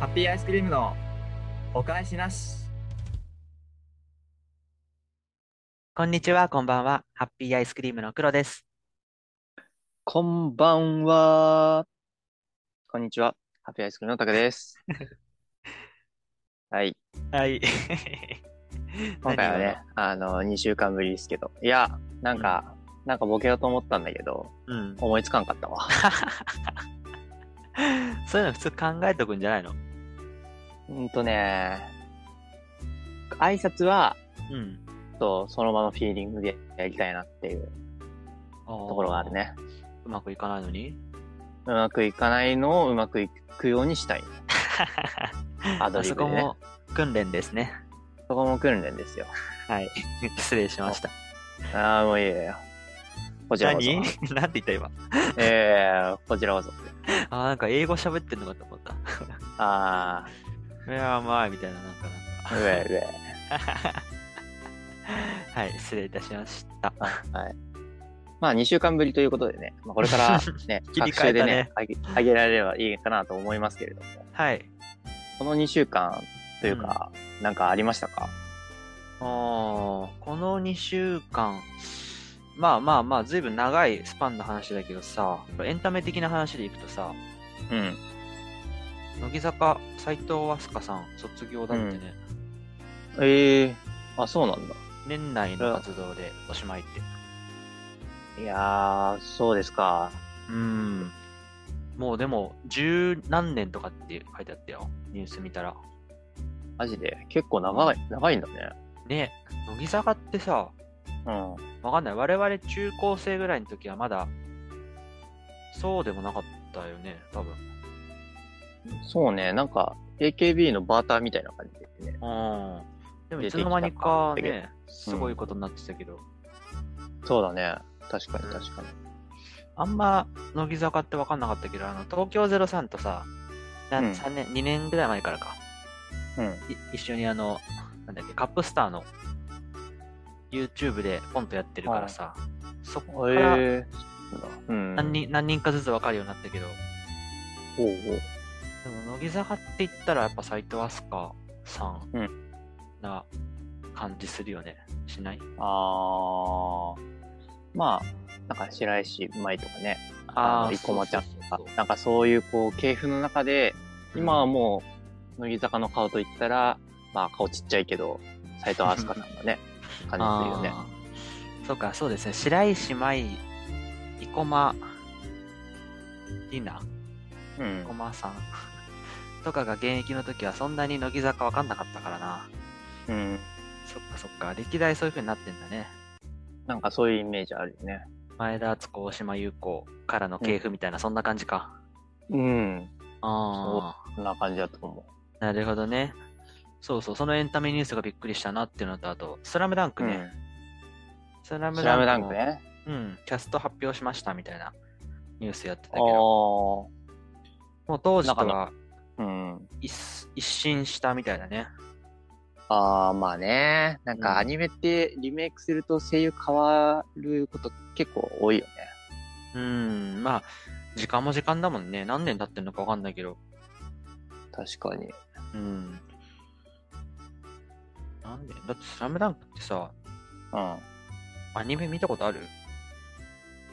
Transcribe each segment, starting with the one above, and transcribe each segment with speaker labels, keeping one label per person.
Speaker 1: ハッピーアイスクリームのお返しなし。
Speaker 2: こんにちは、こんばんは。ハッピーアイスクリームの黒です。
Speaker 3: こんばんは。こんにちは。ハッピーアイスクリームのタケです。はい。
Speaker 2: はい。
Speaker 3: 今回はね、あの、2週間ぶりですけど。いや、なんか、なんかボケようと思ったんだけど、
Speaker 2: 何を。うん。
Speaker 3: 思いつかんかったわ。
Speaker 2: そういうの普通考えとくんじゃないの
Speaker 3: うんとね、挨拶は、
Speaker 2: うん。
Speaker 3: と、その場のフィーリングでやりたいなっていう
Speaker 2: とこと
Speaker 3: ころがある。ね。
Speaker 2: うまくいかないの に
Speaker 3: うまくいかないのをうまくいくようにしたい。アド
Speaker 2: あ
Speaker 3: リ
Speaker 2: そ
Speaker 3: ブ
Speaker 2: こ
Speaker 3: でね。
Speaker 2: も訓練ですね。
Speaker 3: そこも訓練ですよ。
Speaker 2: はい。失礼しました。
Speaker 3: ああ、もういいよ。こちらこそ。
Speaker 2: 何 なんて言った今。
Speaker 3: えー、こちらこそ。
Speaker 2: あー、なんか英語喋ってんのかと思った。
Speaker 3: あ
Speaker 2: いやー、まあ、みたいな、なんか
Speaker 3: あ、うえうえ。
Speaker 2: なんか。はい、失礼いたしました。、
Speaker 3: はい。まあ、2週間ぶりということでね、まあ、これから ね
Speaker 2: 切り替
Speaker 3: 各
Speaker 2: え
Speaker 3: 週
Speaker 2: た
Speaker 3: で
Speaker 2: ね
Speaker 3: ね、あげあげられればいいかなと思いますけれども、
Speaker 2: はい。
Speaker 3: この2週間というか、なんかありましたか
Speaker 2: おーこの2週間、まあまあまあ、ずいぶん長いスパンの話だけどさ、エンタメ的な話でいくとさ、
Speaker 3: うん。
Speaker 2: 乃木坂斎藤飛鳥さん卒業だってね、
Speaker 3: ええあ、そうなんだ。
Speaker 2: 年内の活動でおしまいって。
Speaker 3: いやー、そうですか。
Speaker 2: うん。もうでも、十何年とかって書いてあったよ。ニュース見たら。
Speaker 3: マジで。結構長い、長いんだね。
Speaker 2: ね、乃木坂ってさ、
Speaker 3: うん。
Speaker 2: わかんない。我々中高生ぐらいの時はまだ、そうでもなかったよね、多分。
Speaker 3: そうね、なんか、AKB のバーターみたいな感じでね。
Speaker 2: うん。でもい
Speaker 3: 出
Speaker 2: つ
Speaker 3: てきた
Speaker 2: の間にかね、
Speaker 3: け
Speaker 2: すごいことになってたけど、
Speaker 3: そうだね。確かに確かに。
Speaker 2: あんま乃木坂って分かんなかったけど、あの、東京03とさ、な
Speaker 3: うん
Speaker 2: 3年、2年ぐらい前からか、
Speaker 3: うん。
Speaker 2: い一緒にあの、なんだっけ、カップスターの YouTube でポンとやってるからさ、そこか
Speaker 3: え
Speaker 2: ら
Speaker 3: えうん。
Speaker 2: 何人,、何人かずつ分かるようになったけど、
Speaker 3: おうおう
Speaker 2: でも乃木坂って言ったらやっぱ斎藤飛鳥さ
Speaker 3: うん
Speaker 2: な感じするよね。しない
Speaker 3: あーまあ、なんか白石舞とかね、あの生駒ちゃん
Speaker 2: そう
Speaker 3: あ
Speaker 2: そうそう
Speaker 3: なんかそういうこう、系譜の中で、今はもう、乃木坂の顔といったら、まあ顔ちっちゃいけど、斎藤飛鳥さん がね、感じするよね。
Speaker 2: あーそうか、そうですね。白石舞、生駒、りな、
Speaker 3: う
Speaker 2: 生
Speaker 3: ん。
Speaker 2: 駒さん とかが現役の時はそんなに乃木坂わかんなかったからな。
Speaker 3: うん。
Speaker 2: そっかそっか、歴代そういう風になってんだね。
Speaker 3: なんかそういうイメージあるよね。
Speaker 2: 前田敦子、大島優子からの系譜みたいな、そんな感じか。
Speaker 3: うん。
Speaker 2: ああ、
Speaker 3: そんな感じだと思
Speaker 2: なるほどね。そうそう、そのエンタメニュースがびっくりしたなっていうのと、あと、スラムダン
Speaker 3: う。
Speaker 2: クね。スラ
Speaker 3: うん。スラムダン
Speaker 2: も
Speaker 3: ク。ね。
Speaker 2: うん、キャスト発表しましたみたいなニュースやってた
Speaker 3: あ
Speaker 2: けど。
Speaker 3: ー
Speaker 2: もう当時と
Speaker 3: な
Speaker 2: は
Speaker 3: うん。
Speaker 2: 一一新したみたいだね。
Speaker 3: あーまあね。なん
Speaker 2: うん
Speaker 3: かアニメってリメイクすると声優変わること結構多いよね。
Speaker 2: うん、まあ、時間も時間だもんね。何年経ってるのかわかんないけど。
Speaker 3: 確かに。
Speaker 2: うん。何年だって、スラムダンクってさ、
Speaker 3: うん。
Speaker 2: アニメ見たことある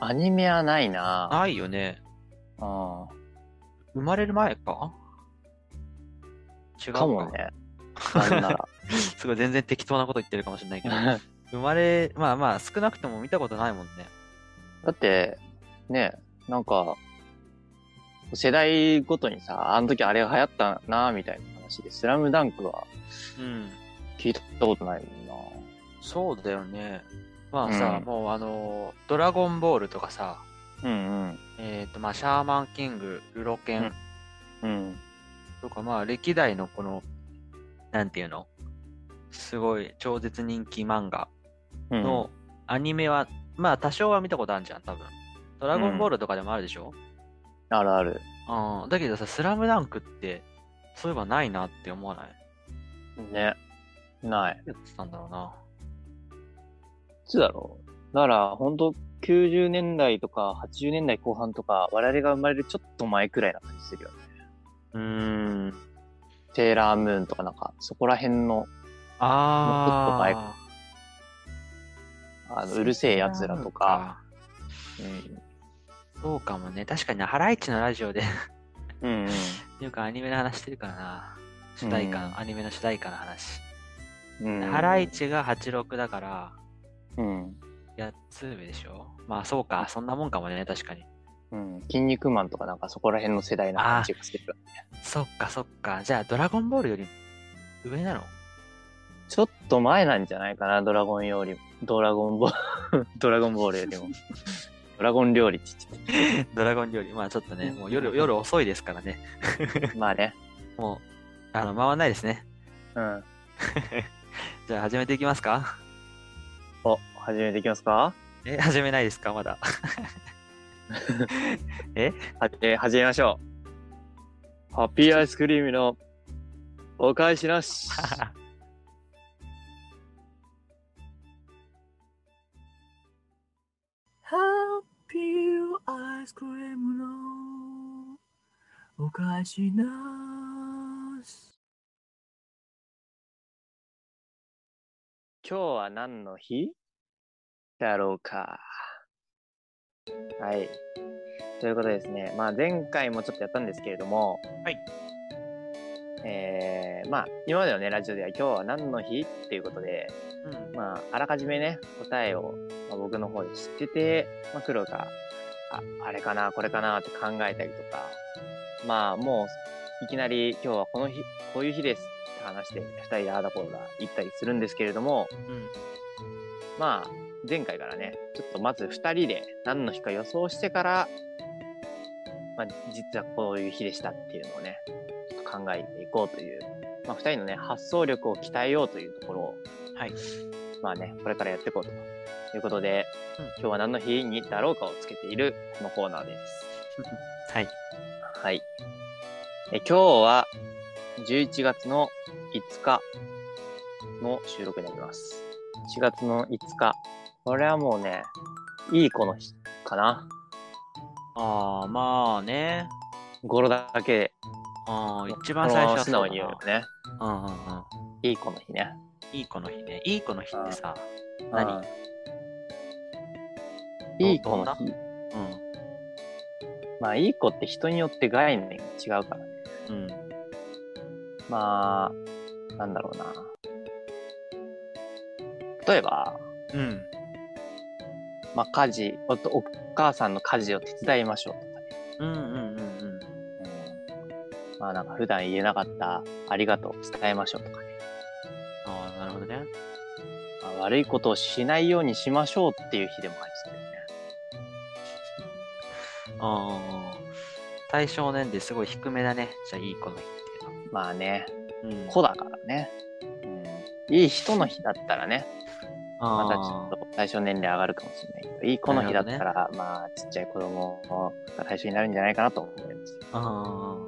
Speaker 3: アニメはないな
Speaker 2: ないよね。
Speaker 3: うん。
Speaker 2: 生まれる前か違うか
Speaker 3: かも。ね。なんなら。
Speaker 2: すごい、全然適当なこと言ってるかもしれないけど。 生まれ、まあまあ、少なくとも見たことないもんね。
Speaker 3: だって、ね、なんか、世代ごとにさ、あの時あれが流行ったなみたいな話で、スラムダンクは
Speaker 2: うん。
Speaker 3: 聞いたことないも
Speaker 2: そうだよね。まあさ、
Speaker 3: うん
Speaker 2: もうあの、ドラゴンボールとかさ、
Speaker 3: んなうん
Speaker 2: えっ、と、まあ、シャーマンキング、ルロケ
Speaker 3: う
Speaker 2: ン
Speaker 3: んうん。うん。
Speaker 2: とか、まあ、歴代のこの、なんていうのすごい超絶人気漫画
Speaker 3: うん、
Speaker 2: のアニメは、まあ、多少は見たことあるじゃん、多分。ドラゴンボールとかでもあるでしょ、
Speaker 3: あるある。
Speaker 2: ああだけどさ、スラムダンクって、そういえばないなって思わない
Speaker 3: ね。ない。
Speaker 2: やってたんだろうな。
Speaker 3: いつだろう。だから、ほんと、90年代とか80年代後半とか、我々が生まれるちょっと前くらいな感じするよね。
Speaker 2: うーん。
Speaker 3: セーラームーンとかなんか、そこら辺の、
Speaker 2: あ
Speaker 3: もうちょっと
Speaker 2: あ。
Speaker 3: あのうるせえ奴らとか、うん
Speaker 2: そうかもね。確かにな、ハライチのラジオで、
Speaker 3: うんうん、
Speaker 2: よくアニメの話してるからな。主題歌の、
Speaker 3: うん
Speaker 2: アニメの主題歌の話。
Speaker 3: うん
Speaker 2: ハライチが86だから、
Speaker 3: うん。
Speaker 2: 8つ上でしょまあそうか、そんなもんかもね、確かに。
Speaker 3: うん。筋肉マンとかなんかそこら辺の世代な感じがしてる。
Speaker 2: そっかそっか。じゃあ、ドラゴンボールより上なの
Speaker 3: ちょっと前なんじゃないかな、ドラゴンよりも。ドラゴンボール、 ドラゴンボールよりも。ドラゴン料理って
Speaker 2: ドラゴンより、まあちょっとね、
Speaker 3: うん
Speaker 2: もう夜、夜遅いですからね。
Speaker 3: 言ってた。まあね。
Speaker 2: もう、あの、回んないですね。
Speaker 3: うん。
Speaker 2: じゃあ、始めていきますか
Speaker 3: お、始めていきますか
Speaker 2: え、始めないですかまだ。
Speaker 3: はじめ、始めましょう。ハッピーアイスクリームのお返し なし。
Speaker 1: ハッピーアイスクリームのお返しなし。
Speaker 3: 今日は何の日だろうか。はい。ということでですね、まあ、前回もちょっとやったんですけれども、
Speaker 2: はい。
Speaker 3: えー、まあ、今までのね、ラジオでは今日は何の日っていうことで、
Speaker 2: うん
Speaker 3: まあ、あらかじめね、答えを、まあ、僕の方で知ってて、まあ、黒が、あ、あれかな、これかなって考えたりとか、まあ、もう、いきなり今日はこの日、こういう日ですって話して、二人でああだこうだ言ったりするんですけれども、
Speaker 2: うん。
Speaker 3: まあ、前回からね、ちょっとまず2人で何の日か予想してから、まあ、実はこういう日でしたっていうのをね、ちょっと考えていこうという、まあ、2人のね、発想力を鍛えようというところを、
Speaker 2: はい。
Speaker 3: まあね、これからやっていこうということで、
Speaker 2: うん
Speaker 3: 今日は何の日にだろうかをつけているこのコーナーです。
Speaker 2: はい。
Speaker 3: はい。え今日は11月の5日の収録になります。4月の5日。これはもうね、いい子の日かな。
Speaker 2: ああ、まあね。
Speaker 3: 語呂だけで。
Speaker 2: ああ、一番最初
Speaker 3: このま
Speaker 2: はそうだ
Speaker 3: ま素直に言うよ
Speaker 2: な
Speaker 3: ね。
Speaker 2: うんうんうん。
Speaker 3: いい子の日ね。
Speaker 2: いい子の日ね。いい子の日ってさ、
Speaker 3: う
Speaker 2: 何
Speaker 3: んいい子の
Speaker 2: ど
Speaker 3: 日。
Speaker 2: うん。
Speaker 3: まあ、いい子って人によって概念が違うからね。
Speaker 2: うん。
Speaker 3: まあ、なんだろうな。例えば、
Speaker 2: うん。
Speaker 3: まあ、家事おと、お母さんの家事を手伝いましょうとかね。
Speaker 2: うんうんうん
Speaker 3: うんまあなんか普段言えなかったありがとうを伝えましょうとかね、
Speaker 2: ああ、なるほどね。
Speaker 3: まあ悪いことをしないようにしましょうっていう日でもありそうだよね。
Speaker 2: ああ。対象年ですごい低めだね。じゃあ、いい子の日っ
Speaker 3: まあね、
Speaker 2: ていうの。うん。
Speaker 3: 子だからね。うん、いい人の日だったらね、またちょっ
Speaker 2: あ
Speaker 3: と対象年齢上がるかもしれないけど、いい子の日だったら、まあちっちゃい子供が対象になるんじゃないかなと思います。
Speaker 2: あ。ああ。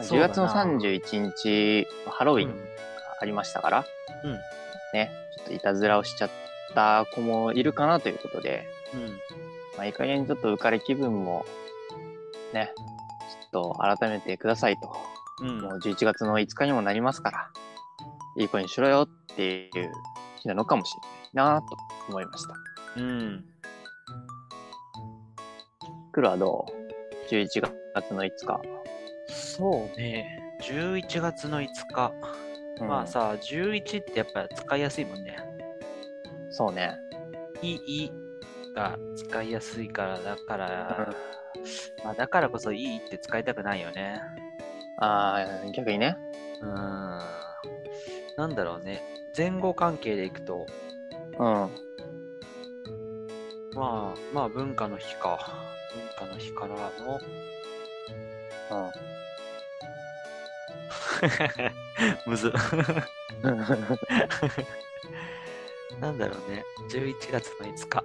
Speaker 3: 10月の
Speaker 2: 三十
Speaker 3: 31日、ハロウ
Speaker 2: う
Speaker 3: ィン
Speaker 2: ん
Speaker 3: が。ありましたから、
Speaker 2: うん
Speaker 3: ね、ちょっといたずらをしちゃった子もいるかなということで、
Speaker 2: うん。
Speaker 3: まあ、いい加減ちょっと浮かれ気分も、ね、ちょっと改めてくださいと。
Speaker 2: うん。
Speaker 3: もう11月の5日にもなりますから、いい子にしろよっていう日なのかもしれないなと思いました。
Speaker 2: うん。
Speaker 3: 黒はどう ?11 月の5日。
Speaker 2: そうね。11月の5日。
Speaker 3: うん
Speaker 2: まあ。さ、11ってやっぱ使いやすいもんね。
Speaker 3: そうね。
Speaker 2: いいが使いやすいから、だから、まあ、だからこそいいって使いたくないよね。
Speaker 3: ああ、逆にね。
Speaker 2: うーん。なんだろうね。前後関係でいくと、
Speaker 3: うん。
Speaker 2: まあ、まあ文化の日か。文化の日からの、 むず。
Speaker 3: う
Speaker 2: なんだろうね。11月の5日。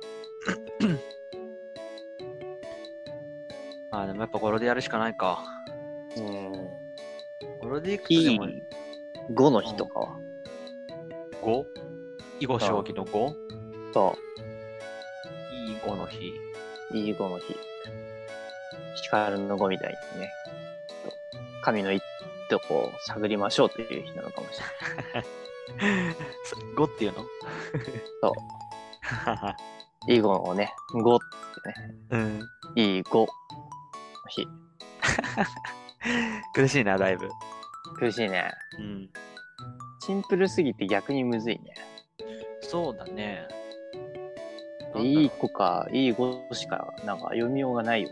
Speaker 2: まあでもやっぱ語呂でやるしかないか。
Speaker 3: ん。うん、
Speaker 2: 語呂でいくと
Speaker 3: い
Speaker 2: で
Speaker 3: い
Speaker 2: も
Speaker 3: 5の日とかは。
Speaker 2: 5? 囲碁将棋の 5?
Speaker 3: そ
Speaker 2: いい碁の日。
Speaker 3: う。いい5の日。光の5みたいにね。神の一手をこう探りましょうという日なのかもしれない。
Speaker 2: そ語っていうの
Speaker 3: そう囲碁をね、語ってね、
Speaker 2: う。うん。
Speaker 3: いい語の日。
Speaker 2: 苦しいな、だいぶ。
Speaker 3: 苦しいね。
Speaker 2: うん。
Speaker 3: シンプルすぎて逆にむずいね。
Speaker 2: そうだね。
Speaker 3: いい子か、いい語しかなんか読みようがないよ。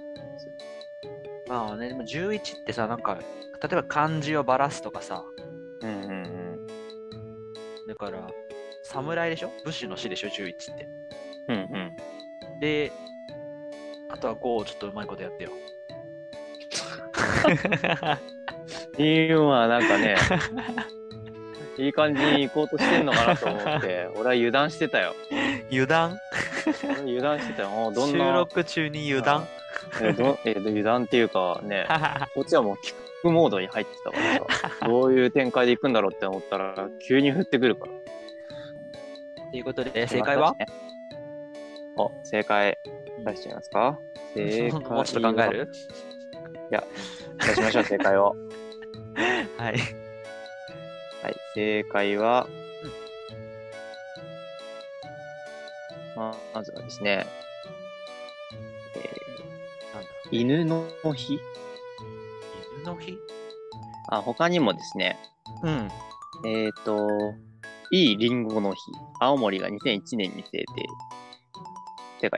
Speaker 2: まあね、でも11ってさ、なんか、例えば漢字をばらすとかさ、
Speaker 3: うんうんうん。
Speaker 2: だから、侍でしょ武士の死でしょ ?11 って。
Speaker 3: うんうん。
Speaker 2: で、あとは5をちょっとうまいことや ってよ。
Speaker 3: 今はなんか ね、いい感じに行こうとしてんのかなと思って、俺は油断してたよ。
Speaker 2: 油断
Speaker 3: 俺は油断してたよ。もうどん
Speaker 2: 収
Speaker 3: な
Speaker 2: 録中に油断
Speaker 3: えどえ油断っていうかね、こっちはもうキックモードに入ってたから さ、どういう展開で行くんだろうって思ったら、急に降ってくるから。
Speaker 2: ということで、正解は
Speaker 3: お、正解出しちゃいますか正解は
Speaker 2: もうちょっと考える
Speaker 3: 出しましょう、正 解を。
Speaker 2: はい。
Speaker 3: はい、正解は、まあ、まずはですね、
Speaker 2: なんだ
Speaker 3: えー犬の日
Speaker 2: 犬の日
Speaker 3: あ、他にもですね、
Speaker 2: うん。
Speaker 3: えっ、と、いいリンゴの日。青森が2001年に制定。って書いて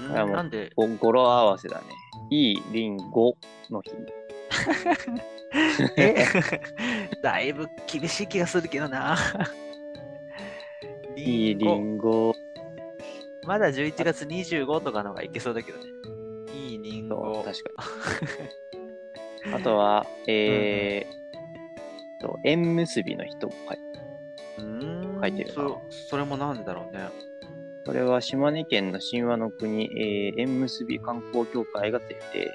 Speaker 3: るね。いやもう
Speaker 2: なんで、
Speaker 3: ご語呂合わせだね。いいリンゴの日。
Speaker 2: え だいぶ厳しい気がするけどな。
Speaker 3: いいリ
Speaker 2: ゴ
Speaker 3: ンゴ。
Speaker 2: まだ11月25とかの方がいけそうだけどね。いいリン
Speaker 3: そ
Speaker 2: ゴ
Speaker 3: う、。確かに。あとは、えー、と、縁結びの日とも書いてある
Speaker 2: うーん
Speaker 3: 書いてるな
Speaker 2: そ。それもなんでだろうね。
Speaker 3: これは島根県の神話の国、えー縁結び観光協会が制定。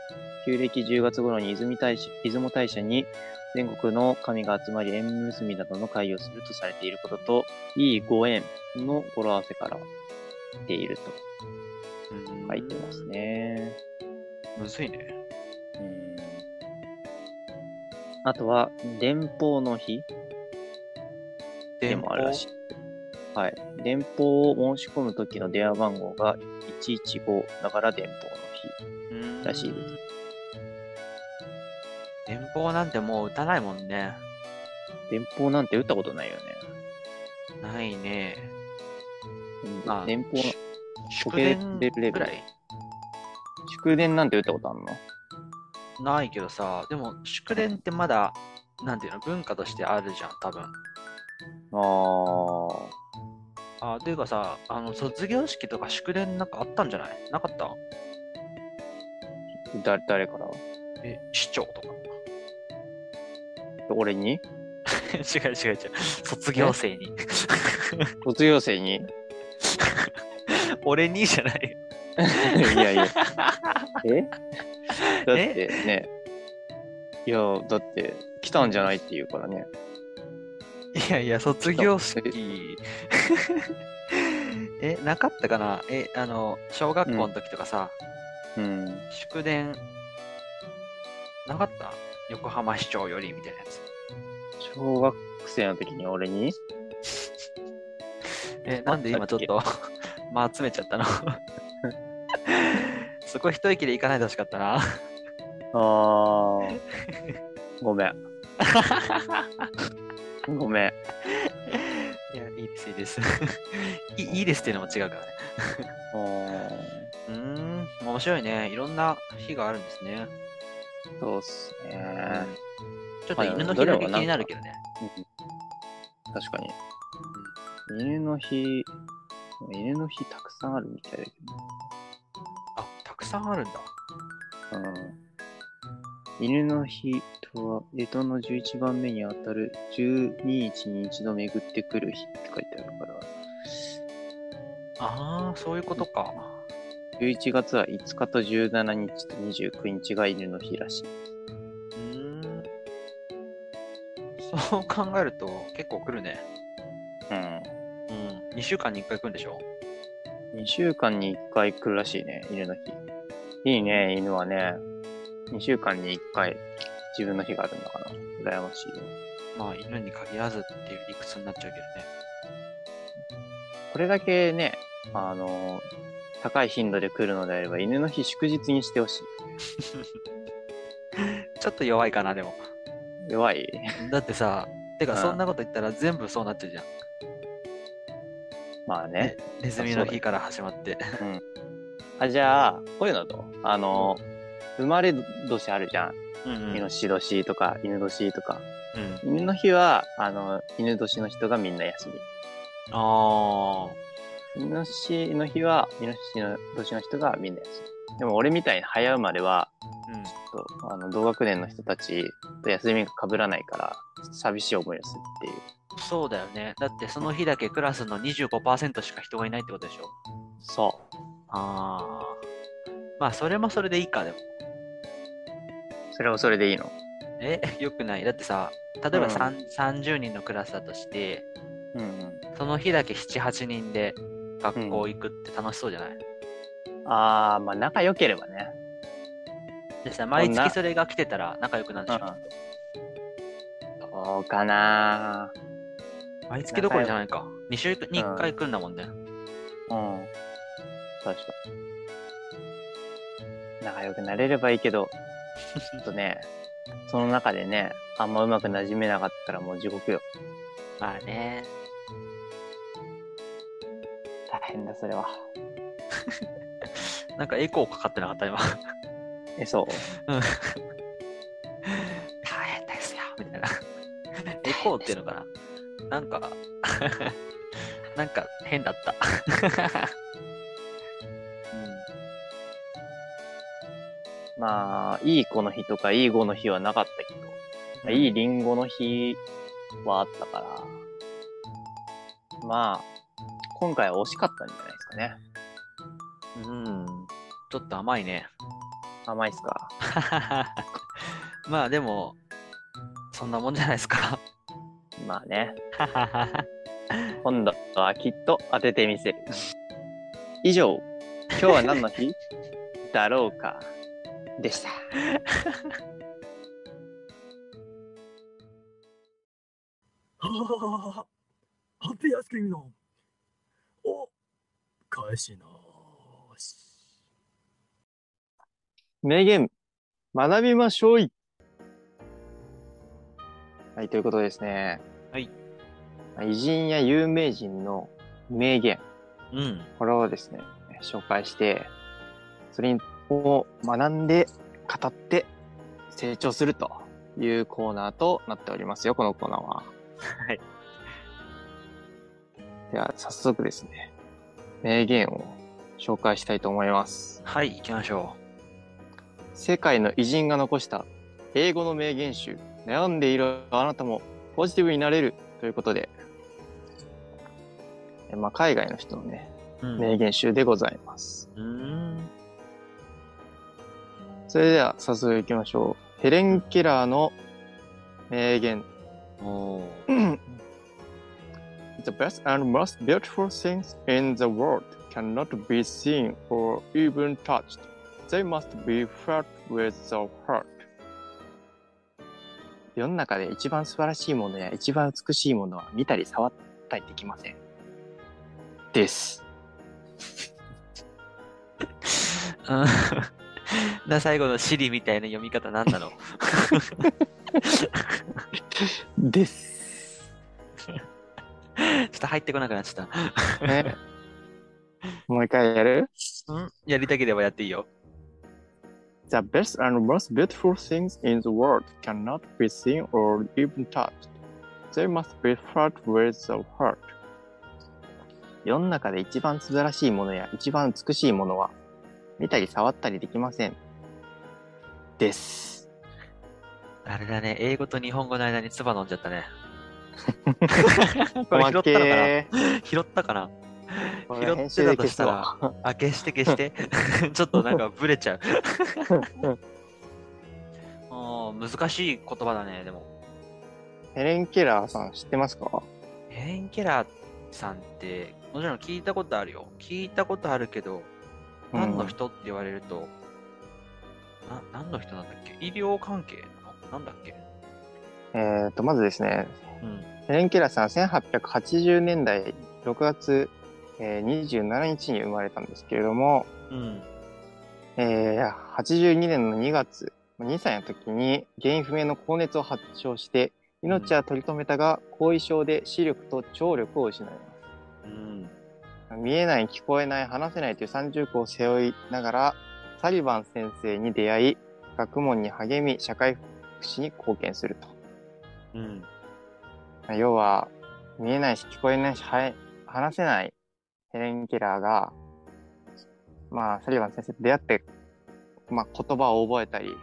Speaker 3: 旧暦10月頃に泉大社出雲大社に全国の神が集まり縁結びなどの会をするとされていることと、いいご縁の語呂合わせから来ていると書いてますね。
Speaker 2: むずいね。
Speaker 3: うんあとは、連邦の日でもあるらしい。はい。電報を申し込むときの電話番号が115だから電報の日。
Speaker 2: うーん
Speaker 3: らしいです。
Speaker 2: 電報なんてもう打たないもんね。
Speaker 3: 電報なんて打ったことないよね。
Speaker 2: ないね。まあ
Speaker 3: 電報、
Speaker 2: し祝
Speaker 3: 時計
Speaker 2: 電
Speaker 3: レベル
Speaker 2: ぐらい
Speaker 3: 祝電なんて打ったことあるの
Speaker 2: ないけどさ、でも祝電ってまだ、なんていうの、文化としてあるじゃん、多分。
Speaker 3: あ
Speaker 2: あー、というかさ、あの、卒業式とか祝電なんかあったんじゃないなかった
Speaker 3: ー、だ誰から
Speaker 2: え、市長とか。
Speaker 3: 俺に
Speaker 2: 違う違う違う。卒業生に。
Speaker 3: 卒業生にい
Speaker 2: 俺にじゃない。
Speaker 3: やいや。えだってね。いや、だって来たんじゃないって言うからね。
Speaker 2: いやいや、卒業 式。え、なかったかなえ、あの、小学校の時とかさ、
Speaker 3: うん。
Speaker 2: 祝電、なかった横浜市長よりみたいなやつ。
Speaker 3: 小学生の時に俺に
Speaker 2: え、なんで今ちょっと、ま集めちゃったの そこ一息で行かないでほしかったな。
Speaker 3: ああ。ごめん。 ごめん。
Speaker 2: いや、いいです、いいです。 いいいいですっていうのも違うからね。うーん、面白いね。いろんな日があるんですね。
Speaker 3: そうっすね。
Speaker 2: ちょっと犬の日だけ気になるけどね。
Speaker 3: 確かに。犬の日、犬の日たくさんあるみたいだけ
Speaker 2: あ、たくさんあるんだ。
Speaker 3: どね、うん。犬の日とは、江戸の11番目にあたる12日に一度巡ってくる日って書いてあるから、
Speaker 2: ああ、そういうことか。
Speaker 3: 11月は5日と17日と29日が犬の日らしい。
Speaker 2: うーん。そう考えると結構来るね。
Speaker 3: うん。
Speaker 2: うん。2週間に1回来るんでしょ
Speaker 3: 2週間に1回来るらしいね、犬の日。いいね、犬はね。2週間に1回、自分の日があるのかな。羨ましいよ。
Speaker 2: まあ、犬に限らずっていう理屈になっちゃうけどね。
Speaker 3: これだけね、あの、高い頻度で来るのであれば、犬の日祝日にしてほし
Speaker 2: ちょっと弱いかな、でも。
Speaker 3: い。弱い
Speaker 2: だってさ、てか、
Speaker 3: うん
Speaker 2: そんなこと言ったら全部そうなっちゃうじゃん。
Speaker 3: まあね。
Speaker 2: ネズミの日から始まって。
Speaker 3: あ、じゃあ、こういうのと、あの、生まれ年あるじゃん。
Speaker 2: うんうん
Speaker 3: イノシシ年とか、犬年とか。
Speaker 2: うん
Speaker 3: 犬の日は、あの、犬年の人がみんな休
Speaker 2: あ
Speaker 3: み。犬年の日は、犬年の年の人がみんな休み。でも俺みたいに早生まれは、
Speaker 2: ー。うん。
Speaker 3: とあの同学年の人たちと休みが被らないから寂しい思いをするっていう
Speaker 2: そうだよね。だってその日だけクラスの25%しか人がいないってことでしょ。
Speaker 3: そ
Speaker 2: ああ。まあ、それもそれでいいか、でも。
Speaker 3: うそれはそれでいいの
Speaker 2: え、 よくない。だってさ、例え
Speaker 3: う
Speaker 2: ば
Speaker 3: ん
Speaker 2: さん30人のクラスだとして、
Speaker 3: うん、うん、
Speaker 2: その日だけ7、8人で学校行くって楽しそうじゃない、
Speaker 3: ああまあ仲良ければね
Speaker 2: でさ、毎月それが来てたら仲良くなるでしょ。
Speaker 3: そうかな
Speaker 2: 毎月どころじゃないか。2週に1回来るんだもんね。
Speaker 3: うん確かに仲良くなれればいいけどちょっとねその中でねあんまうまく馴染めなかったらもう地獄よ
Speaker 2: まあね。
Speaker 3: 大変だそれは
Speaker 2: なんかエコーかかってなかった、今。
Speaker 3: えそう
Speaker 2: うん大変ですよみたいな。 エコーっていうのかななんか、 なんか変だった。
Speaker 3: まあいい子の日とかいい子の日はなかったけど
Speaker 2: うん
Speaker 3: いいリンゴの日はあったから、まあ、今回は惜しかったんじゃないですかね。
Speaker 2: うん。ちょっと甘い ね。
Speaker 3: 甘いっすか。
Speaker 2: まあでも、そんなもんじゃないですか。
Speaker 3: まあね、今度はきっと当ててみせる。以上、今日は何の日 だろうか、でした。
Speaker 1: はははははハッピーアイスクリームのお返しなし
Speaker 3: 名言、学びましょうい。はい、ということですね。
Speaker 2: はい。
Speaker 3: 偉人や有名人の名言。
Speaker 2: うん。
Speaker 3: これをですね、紹介して、それを学んで、語って、成長するというコーナーとなっておりますよ、このコーナーは。
Speaker 2: はい。
Speaker 3: では、早速ですね、名言を紹介したいと思います。
Speaker 2: はい、行きましょ
Speaker 3: 世界の偉人が残した英語の名言集、悩んでいるあなたもポジティブになれるということで、えまあ、海外の人のね、
Speaker 2: う。うん。
Speaker 3: 名言集でございます。
Speaker 2: うーん。
Speaker 3: それでは早速行きましょう。ヘレン・ケラーの名言。
Speaker 2: おー
Speaker 3: The best and most beautiful things in the world cannot be seen or even touched. They must be felt with the heart. 世の中で一番素晴らしいものや一番美しいものは見たり触ったりできません。です。
Speaker 2: うんな最後のシリみたいな読み方なんだろう。
Speaker 3: です。
Speaker 2: ちょっと入ってこなくなっちゃっ
Speaker 3: ね、もう一回やる
Speaker 2: た。うんやりたければやっていいよ。
Speaker 3: The best and most beautiful things in the world cannot be seen or even touched. They must be felt with the heart. 世の中で一番素晴らしいものや一番美しいものは見たり触ったりできません。です。
Speaker 2: あれだね、英語と日本語の間に唾飲んじゃったね。これ
Speaker 3: お
Speaker 2: 拾
Speaker 3: ま
Speaker 2: ったのかな
Speaker 3: け
Speaker 2: 拾ったかな
Speaker 3: こ
Speaker 2: 拾
Speaker 3: れ
Speaker 2: っ
Speaker 3: 編
Speaker 2: て
Speaker 3: 集
Speaker 2: た
Speaker 3: で
Speaker 2: と
Speaker 3: 消
Speaker 2: した
Speaker 3: す
Speaker 2: ら
Speaker 3: わ、
Speaker 2: あ、消して消 して。ちょっとなんかブレちゃう。あー難しい言葉だね、でも。
Speaker 3: ヘレン・ケラーさん知ってますか
Speaker 2: ヘレン・ケラーさんって、もちろん聞いたことあるよ。聞いたことあるけど、何の人って言われると、な何の人なんだっけ医療関係なのなんだっけ
Speaker 3: えっと、まずですね、
Speaker 2: うん。
Speaker 3: ヘレン・ケラーさんは1880年代6月、えー27日に生まれたんですけれども、
Speaker 2: うん。
Speaker 3: えー82年の2月、2歳の時に原因不明の高熱を発症して、命は取り留めたが、後遺症で視力と聴力を失います。
Speaker 2: うん。
Speaker 3: 見えない、聞こえない、話せないという三重苦を背負いながら、サリバン先生に出会い、学問に励み、社会福祉に貢献すると。
Speaker 2: うん。
Speaker 3: 要は、見えないし、聞こえないし、はい話せないヘレン・ケラーが、まあ、サリバン先生と出会って、まあ、言葉を覚えたり、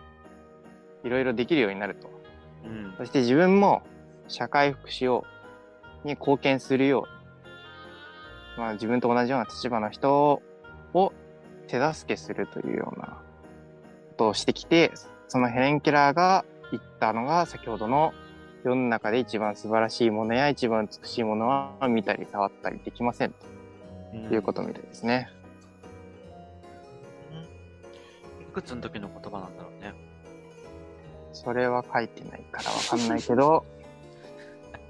Speaker 3: いろいろできるようになると。
Speaker 2: うん。
Speaker 3: そして自分も社会福祉を、に貢献するよう、まあ、自分と同じような立場の人を手助けするというようなことをしてきて、そのヘレン・ケラーが言ったのが先ほどの世の中で一番素晴らしいものや一番美しいものは見たり触ったりできませんということみたいですね。
Speaker 2: いくつの時の言葉なんだろうね。
Speaker 3: それは書いてないからわかんないけど、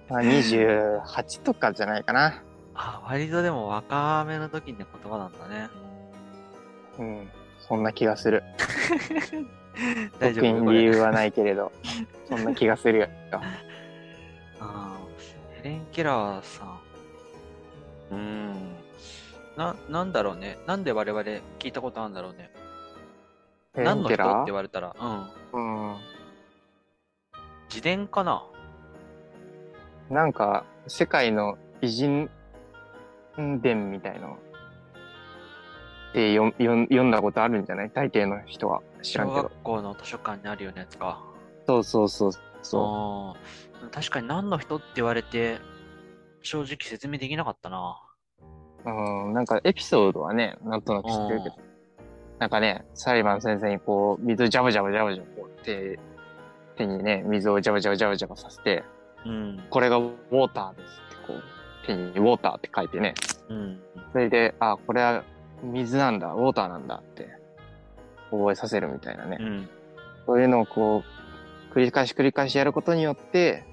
Speaker 3: まあ28とかじゃないかな。
Speaker 2: あ、割とでも若めの時の言葉なんだ ね。
Speaker 3: うん。そんな気がする。
Speaker 2: 大丈
Speaker 3: 特
Speaker 2: 夫こ
Speaker 3: に
Speaker 2: れ
Speaker 3: 理由はないけれど、そんな気がするよ。
Speaker 2: あーヘレン・ケラーさん。うーん。な、なんだろうね。なんで我々聞いたことあるんだろうね。
Speaker 3: ヘ レ
Speaker 2: 何
Speaker 3: ン
Speaker 2: の
Speaker 3: ケ
Speaker 2: 人って言
Speaker 3: ラー
Speaker 2: われたら。うん。
Speaker 3: うん。
Speaker 2: 自伝かな
Speaker 3: なんか、世界の偉人伝みたいの。えよよ読んだことあるんじゃない大抵の人は。知らん
Speaker 2: 小
Speaker 3: けど。
Speaker 2: 学校の図書館にあるようなやつか。
Speaker 3: そうそうそうそ
Speaker 2: そう。でも確かに何の人って言われて、正直説明できなかったな。
Speaker 3: う。うん。なんか、エピソードはね、なんとなく知ってるけど。なんかね、裁判先生にこう、水ジャブジャブジャブジャブこう手、手にね、水をジャブジャブジャブジャブさせて、
Speaker 2: うん。
Speaker 3: これがウォーターですってこう、手にウォーターって書いてね、
Speaker 2: うん。
Speaker 3: それで、あ、これは水なんだ、ウォーターなんだって覚えさせるみたいなね。
Speaker 2: うん。
Speaker 3: そういうのをこう、繰り返し繰り返しやることによって、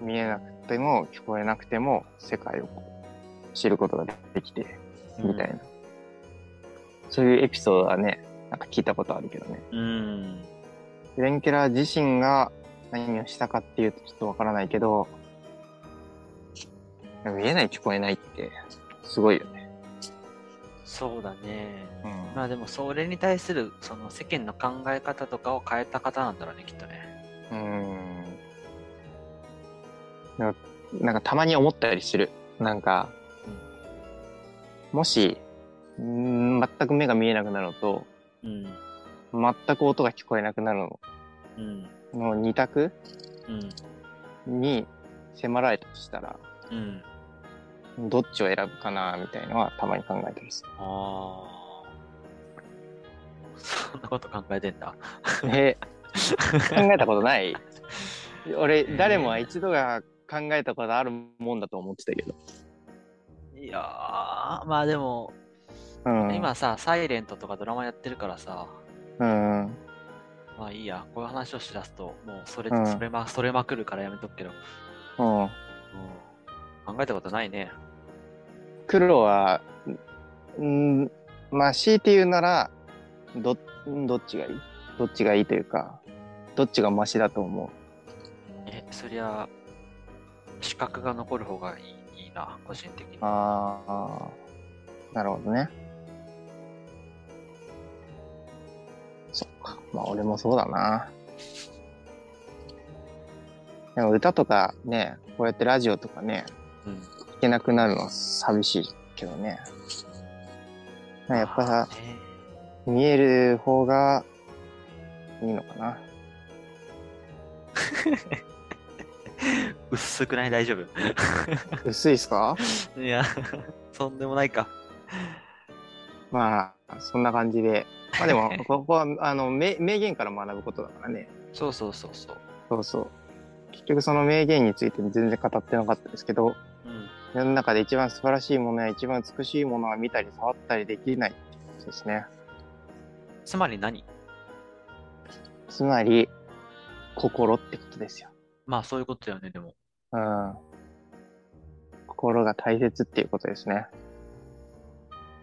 Speaker 3: 見えなくても聞こえなくても世界をこう知ることができて、みたいな。そういうエピソードはね、なんか聞いたことあるけどね。
Speaker 2: うん。
Speaker 3: レンケラー自身が何をしたかっていうとちょっとわからないけど、見えない聞こえないって、すごいよね。
Speaker 2: そうだね。
Speaker 3: うん
Speaker 2: まあでもそれに対するその世間の考え方とかを変えた方なんだろうねきっとね。
Speaker 3: うーんなんかなんかたまに思ったりする。なんか、もし、うーん全く目が見えなくなるのと、
Speaker 2: うん
Speaker 3: 全く音が聞こえなくなるの
Speaker 2: うん
Speaker 3: の二択
Speaker 2: うん
Speaker 3: に迫られたとしたら、
Speaker 2: うん。
Speaker 3: どっちを選ぶかな、みたいのはたまに考えたりす
Speaker 2: ああ。そんなこと考えてんだ。
Speaker 3: る。え、考えたことない俺、誰もは一度が考えたことあるもんだと思ってたけど。
Speaker 2: いやーまあでも、
Speaker 3: うん、
Speaker 2: 今さ「サイレントとかドラマやってるからさ
Speaker 3: うん。
Speaker 2: まあいいやこういう話をしだすともうそれ,、
Speaker 3: うん
Speaker 2: それまそれまくるからやめとくけど、
Speaker 3: うん。
Speaker 2: うん、考えたことないね。
Speaker 3: 黒は、んんまあ、強いて言うなら、ど、んどっちがいいどっちがいいというか、どっちがマシだと思
Speaker 2: えそりゃ資格が残る方がいいいいな個人的に。
Speaker 3: う。ああ、なるほどね。そっか。まあ、俺もそうだな。でも歌とかね、こうやってラジオとかね、
Speaker 2: うん
Speaker 3: 聞けなくなるのは寂しいけどね。まあやっぱさ
Speaker 2: ま、あね
Speaker 3: 見える方がいいのかな。
Speaker 2: 薄くない大丈
Speaker 3: 薄いっすか
Speaker 2: 夫 いや、とんでもないか。
Speaker 3: まあ、そんな感じで。まあでも、ここは、あの、名名言から学ぶことだからね。
Speaker 2: そうそうそうそう。
Speaker 3: そうそう。結局その名言について全然語ってなかったですけど、
Speaker 2: うん。
Speaker 3: 世の中で一番素晴らしいものや一番美しいものは見たり触ったりできないってことですね。
Speaker 2: つまり何
Speaker 3: つまり、心ってことですよ。
Speaker 2: まあそういうことだよね、でも。
Speaker 3: うん。心が大切っていうことですね。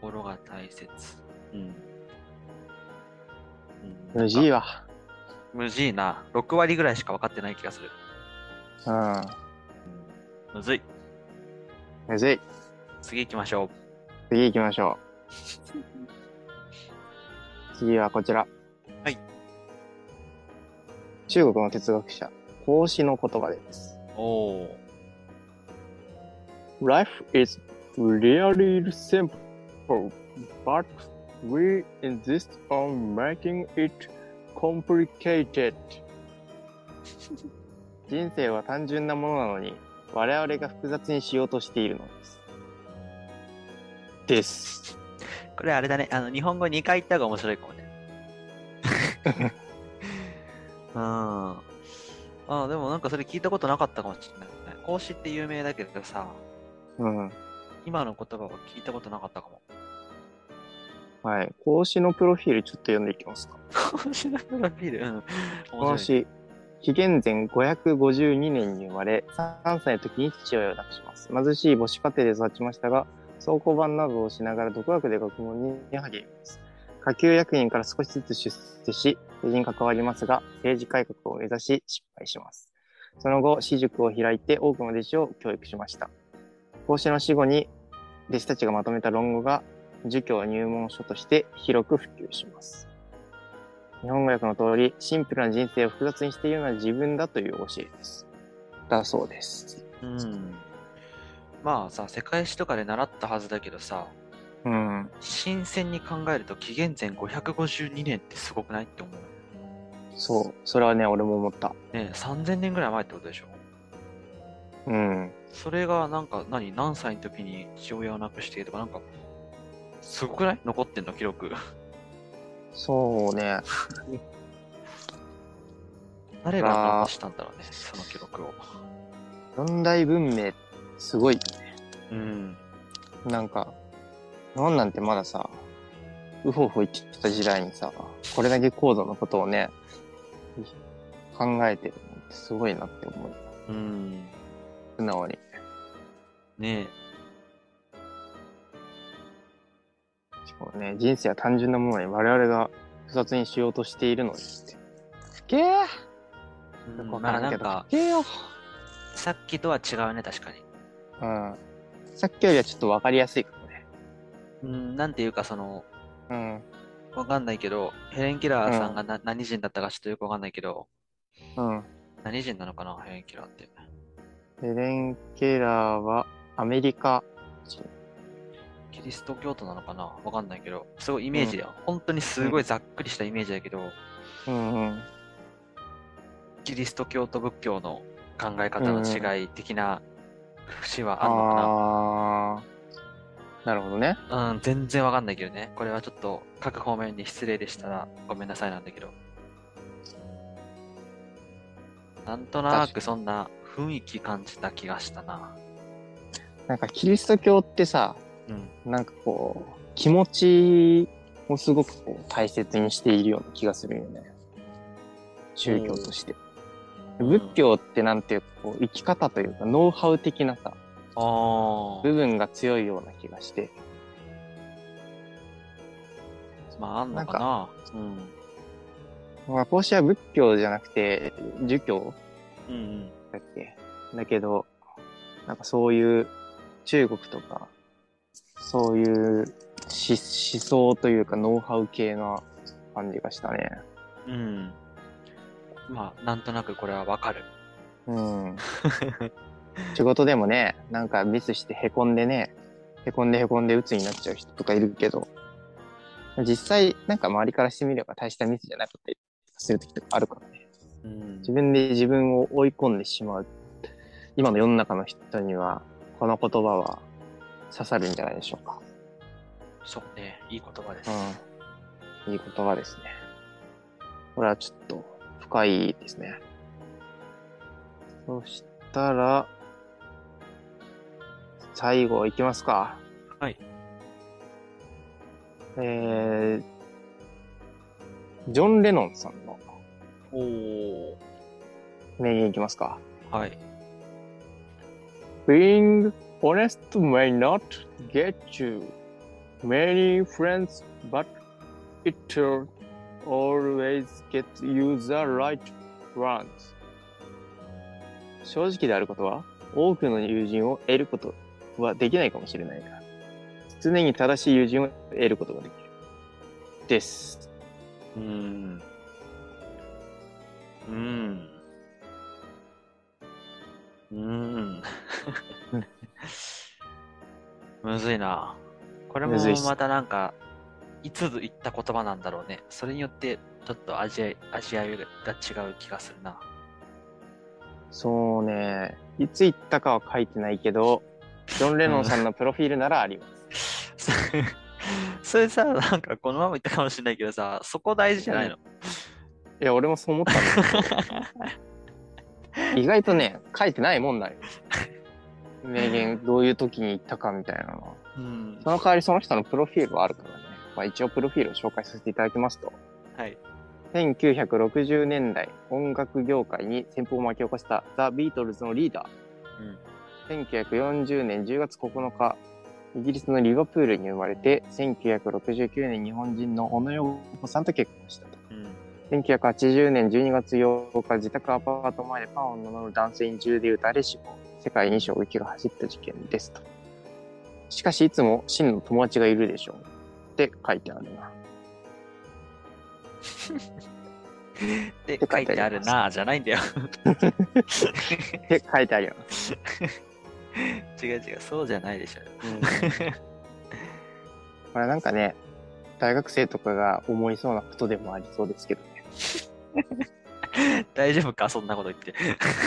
Speaker 2: 心が大切。うん。うん
Speaker 3: 無事いわ。
Speaker 2: むずいな。6割ぐらいしか分かってない気がする。
Speaker 3: うん。
Speaker 2: むずい。
Speaker 3: むずい。
Speaker 2: 次行きましょ
Speaker 3: 次行きましょう。次はこちら。
Speaker 2: はい。
Speaker 3: 中国の哲学者、孔子の言葉です。
Speaker 2: う。おー。
Speaker 3: Life is really simple, but we insist on making it complicated. 人生は単純なものなのに、我々が複雑にしようとしているのです。
Speaker 2: これあれだね。あの、日本語2回言った方が面白いか もね。うん。ああ、でもなんかそれ聞いたことなかったかもしれないね。孔子って有名だけどさ、
Speaker 3: うん。
Speaker 2: 今の言葉は聞いたことなかった かも。
Speaker 3: はい。孔子のプロフィールちょっと読んでいきますか。
Speaker 2: 孔子のプロフィール。うん。
Speaker 3: 孔
Speaker 2: 面白い。
Speaker 3: 子、紀元前552年に生まれ、3歳の時に父親を亡くします。貧しい母子家庭で育ちましたが、倉庫番などをしながら独学で学問に励みます。下級役員から少しずつ出世し、政治に関わりますが、政治改革を目指し失敗します。その後、私塾を開いて多くの弟子を教育しました。孔子の死後に、弟子たちがまとめた論語が、儒教入門書として広く普及します。日本語訳の通り、シンプルな人生を複雑にしているのは自分だという教えです。だそうです。
Speaker 2: うん。まあさ、世界史とかで習ったはずだけどさ、
Speaker 3: うん。
Speaker 2: 新鮮に考えると紀元前552年ってすごくないって思う。
Speaker 3: そう。それはね、俺も思った。
Speaker 2: ねえ3000年ぐらい前ってことでしょ
Speaker 3: うん。
Speaker 2: それがなんか何何歳の時に父親を亡くしてとかなんかすごくない残ってんの記録
Speaker 3: そうね。
Speaker 2: 誰が残したんだろうねその記録を
Speaker 3: 四大文明、すごい。
Speaker 2: うん
Speaker 3: なんか、日本なんてまださ、うほうほ言ってた時代にさ、これだけ高度なことをね、考えてるのってすごいなって思う。
Speaker 2: うん
Speaker 3: 素直に。
Speaker 2: ね
Speaker 3: しかもね、人生は単純なものに我々が複雑にしようとしているのですって。すげえ
Speaker 2: え、
Speaker 3: よく
Speaker 2: ま
Speaker 3: わ
Speaker 2: あ
Speaker 3: からん
Speaker 2: な
Speaker 3: け
Speaker 2: ん
Speaker 3: ど
Speaker 2: か
Speaker 3: すげえよ。
Speaker 2: さっきとは違うね確かに
Speaker 3: うん。さっきよりはちょっとわかりやすいかもね。
Speaker 2: うんなんていうかその
Speaker 3: うん。
Speaker 2: わかんないけどヘレン・キラーさんがな、何人だったかちょっとよくわかんないけど
Speaker 3: うん。
Speaker 2: 何人なのかなヘレン・キラーって
Speaker 3: ヘレン・ケラーはアメリカ人。
Speaker 2: キリスト教徒なのかなわかんないけどすごいイメージだよ、本当にすごいざっくりしたイメージだけど、
Speaker 3: うんうん。
Speaker 2: キリスト教と仏教の考え方の違い的な節はあるの
Speaker 3: あー。なるほどね。
Speaker 2: かな、うん、全然わかんないけどね。これはちょっと各方面に失礼でしたらごめんなさいなんだけど。なんとなくそんな雰囲気感じた気がしたな。
Speaker 3: なんかキリスト教ってさ、
Speaker 2: うん。
Speaker 3: なんかこう、気持ちをすごくこう大切にしているような気がするよね。宗教として。
Speaker 2: うん
Speaker 3: 仏教ってなんていうかこう、生き方というか、ノウハウ的なさ、
Speaker 2: あ
Speaker 3: 部分が強いような気がして。
Speaker 2: あ、まああんのかな。うん。
Speaker 3: まあ、孔子は仏教じゃなくて、儒教
Speaker 2: うんうん。
Speaker 3: だっけだけど、なんかそういう中国とか、そういうし思想というかノウハウ系な感じがしたね。
Speaker 2: うん。まあ、なんとなくこれはわか る。
Speaker 3: うん。仕事でもね、なんかミスしてへこんでね、へこんでへこんで鬱になっちゃう人とかいるけど、実際なんか周りからしてみれば大したミスじゃなかったりする時とかあるからね。
Speaker 2: うん
Speaker 3: 自分で自分を追い込んでしまう。今の世の中の人には、この言葉は刺さるんじゃないでしょうか。
Speaker 2: そうね。いい言葉です。
Speaker 3: うん。いい言葉ですね。これはちょっと深いですね。そしたら、最後いきますか。
Speaker 2: はい。
Speaker 3: えー、ジョン・レノンさんの
Speaker 2: おお。
Speaker 3: 名言いきますか。
Speaker 2: はい。
Speaker 3: Being honest may not get you many friends, but it will always get you the right ones. 正直であることは、多くの友人を得ることはできないかもしれないが、常に正しい友人を得ることができる。です。
Speaker 2: うん。うん。うん。むずいな。これも
Speaker 3: むずいっす
Speaker 2: またなんか、いつ言った言葉なんだろうね。それによって、ちょっと味合い、味合いが違う気がするな。
Speaker 3: そうね。いつ行ったかは書いてないけど、ジョン・レノンさんのプロフィールならあります。
Speaker 2: それそれさ、なんかこのまま言ったかもしれないけどさ、そこ大事じゃないの。
Speaker 3: いや、俺もそう思ったんだけど意外とね、書いてないもんなんよ。名言、どういう時に言ったかみたいなのは。
Speaker 2: うん
Speaker 3: そ。の代わりその人のプロフィールはあるからね。まあ一応プロフィールを紹介させていただきますと。
Speaker 2: はい。
Speaker 3: 1960年代、音楽業界に旋風を巻き起こしたザ・ビートルズのリーダー。1940年10月9日、イギリスのリバプールに生まれて、1969年日本人の小野洋子さんと結婚したと。
Speaker 2: うん。
Speaker 3: 1980年12月8日、自宅アパート前でパンを飲む男性に銃で撃たれ死亡。世界に衝撃が走った事件ですと。しかし、いつも真の友達がいるでしょう。って書いてあるな。
Speaker 2: で、書いてあるな、じゃないんだよ。
Speaker 3: って書いてあります。
Speaker 2: 違う違う、そうじゃないでしょ。
Speaker 3: これなんかね、大学生とかが思いそうなことでもありそうですけどね。
Speaker 2: 大丈夫か、そんなこと言って。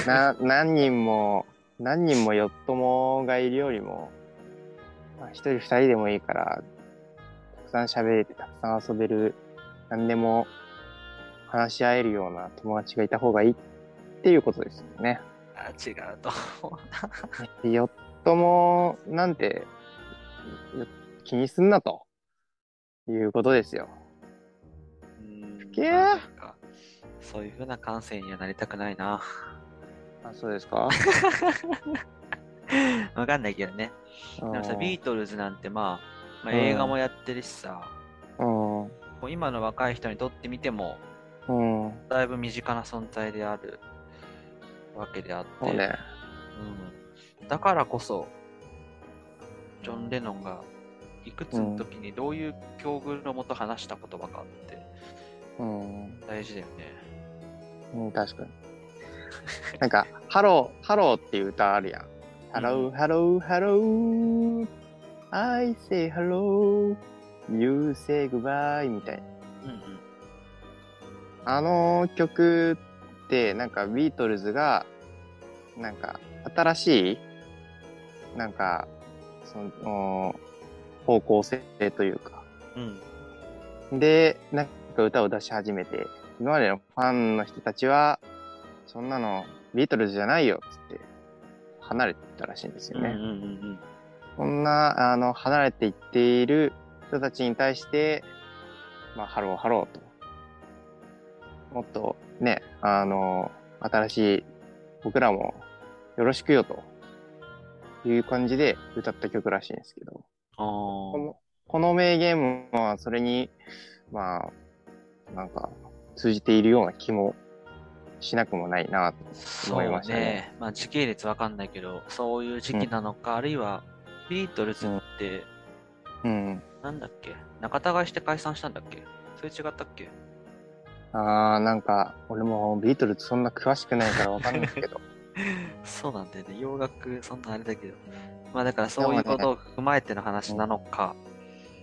Speaker 3: な、何人も、何人もよっともがいるよりも、まあ一人二人でもいいから、たくさん喋れて、たくさん遊べる、何でも話し合えるような友達がいた方がいいっていうことですよね。
Speaker 2: あ、違うと思
Speaker 3: よっともなんて、よ気にすんなと、いうことですよ。
Speaker 2: う。うん
Speaker 3: けー
Speaker 2: まあなんかそういうふうな感性にはなりたくないな。
Speaker 3: あ、そうですか
Speaker 2: わかんないけどね。 でもさ、ビートルズなんてまあ、まあ、
Speaker 3: うん
Speaker 2: 映画もやってるしさ、
Speaker 3: うん。
Speaker 2: こう今の若い人にとってみても、
Speaker 3: うん。
Speaker 2: だいぶ身近な存在であるわけであって、
Speaker 3: そうね。
Speaker 2: うん、だからこそ、ジョン・レノンがいくつの時にどういう境遇のもと話した言葉かって
Speaker 3: うん。
Speaker 2: 大事だよね。
Speaker 3: うん、確かに。なんか、 ハロー、ハローっていう歌あるやん。ハロー、ハロー、ハロー。I say hello, you say goodbye みたいな。
Speaker 2: うんうん。
Speaker 3: あの曲って、なんかビートルズが、なんか、新しい、なんか、その、方向性というか、
Speaker 2: うん。
Speaker 3: で、なんか歌を出し始めて、今までのファンの人たちは、そんなのビートルズじゃないよっつって、離れてったらしいんですよ
Speaker 2: うんうんう
Speaker 3: ね。
Speaker 2: ん
Speaker 3: そんな、あの、離れていっている人たちに対して、まあ、ハローハローと。もっとね、あの、新しい僕らもよろしくよという感じで歌った曲らしいんですけど。
Speaker 2: あ
Speaker 3: こ
Speaker 2: ー
Speaker 3: のこの名言も、それに、まあ、なんか、通じているような気もしなくもないなと。
Speaker 2: そう
Speaker 3: 思いました
Speaker 2: ね
Speaker 3: ね。
Speaker 2: まあ時系列わかんないけど、そういう時期なのか、あるいはビートルズって、
Speaker 3: うん。
Speaker 2: なんだっけ仲違いして解散したんだっけそれ違ったっけ
Speaker 3: ああ、なんか、俺もビートルズそんな詳しくないからわかんないけど。
Speaker 2: そうなんだよね。洋楽、そんなあれだけど。まあだからそういうことを踏まえての話なのか。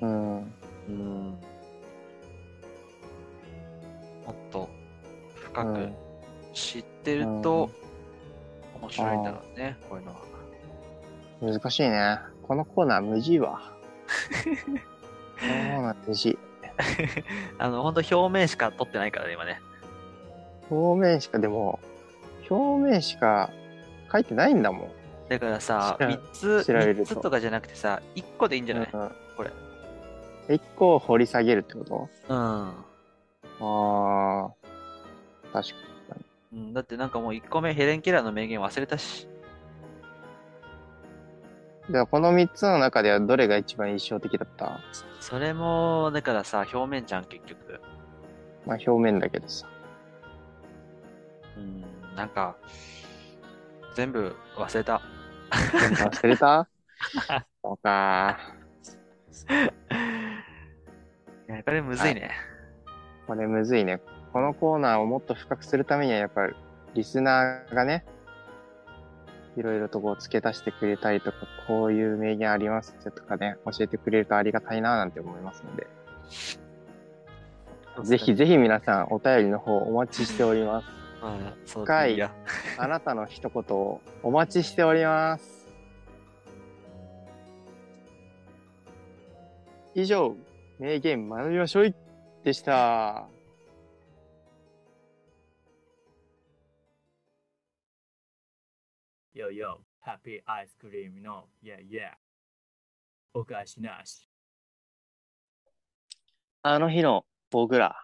Speaker 3: うん。
Speaker 2: うん。もっと深
Speaker 3: う
Speaker 2: く
Speaker 3: ん
Speaker 2: 知ってると面白いんだろうね、こういうのは。
Speaker 3: 難しいね。このコーナー無事わ。このコーナー無事。
Speaker 2: あの、本当表面しか撮ってないからね、今ね。
Speaker 3: 表面しか、でも、表面しか書いてないんだもん。
Speaker 2: だからさ、
Speaker 3: 調べ
Speaker 2: 3つ、
Speaker 3: 調べる
Speaker 2: 三
Speaker 3: と
Speaker 2: つとかじゃなくてさ、1個でいいんじゃない
Speaker 3: うん
Speaker 2: これ。
Speaker 3: 一個を掘り下げるってこと
Speaker 2: うん。
Speaker 3: ああ、確か
Speaker 2: うん、だってなんかもう1個目ヘレン・ケラーの名言忘れたし。
Speaker 3: じゃあこの3つの中ではどれが一番印象的だった
Speaker 2: それも、だからさ、表面じゃん、結局。
Speaker 3: まあ表面だけどさ。
Speaker 2: うん、なんか、全部忘れた。
Speaker 3: 忘れたそうか。
Speaker 2: いやこれむずいね。
Speaker 3: これむずいね。このコーナーをもっと深くするためにはやっぱりリスナーがね、いろいろとこう付け足してくれたりとか、こういう名言ありますとかね、教えてくれるとありがたいななんて思いますので、ぜひぜひ皆さんお便りの方お待ちしております。
Speaker 2: まあ、そう
Speaker 3: 深い
Speaker 2: いや。
Speaker 3: あなたの一言をお待ちしております。以上、名言学びましょいでした。
Speaker 1: よよ、ハッピーアイスクリームの、イェイイェイ。お返しなし。
Speaker 3: あの日の僕ら。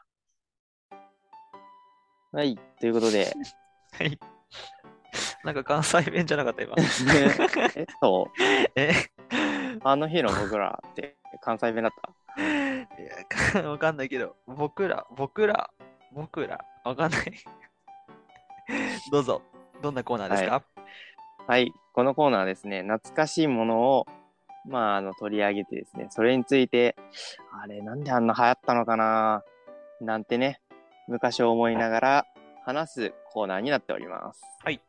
Speaker 3: はい、ということで。
Speaker 2: なんか関西弁じゃなかった、 今。
Speaker 3: え、そう。
Speaker 2: え
Speaker 3: あの日の僕らって関西弁だった。
Speaker 2: いやか、 わかんないけど、僕ら、僕ら、僕ら、わかんない。 どうぞ、どんなコーナーですか、
Speaker 3: はい、このコーナーはですね、懐かしいものを、まあ、あの、取り上げてですね、それについて、あれ、なんであんな流行ったのかななんてね、昔を思いながら話すコーナーになっております。
Speaker 2: はい。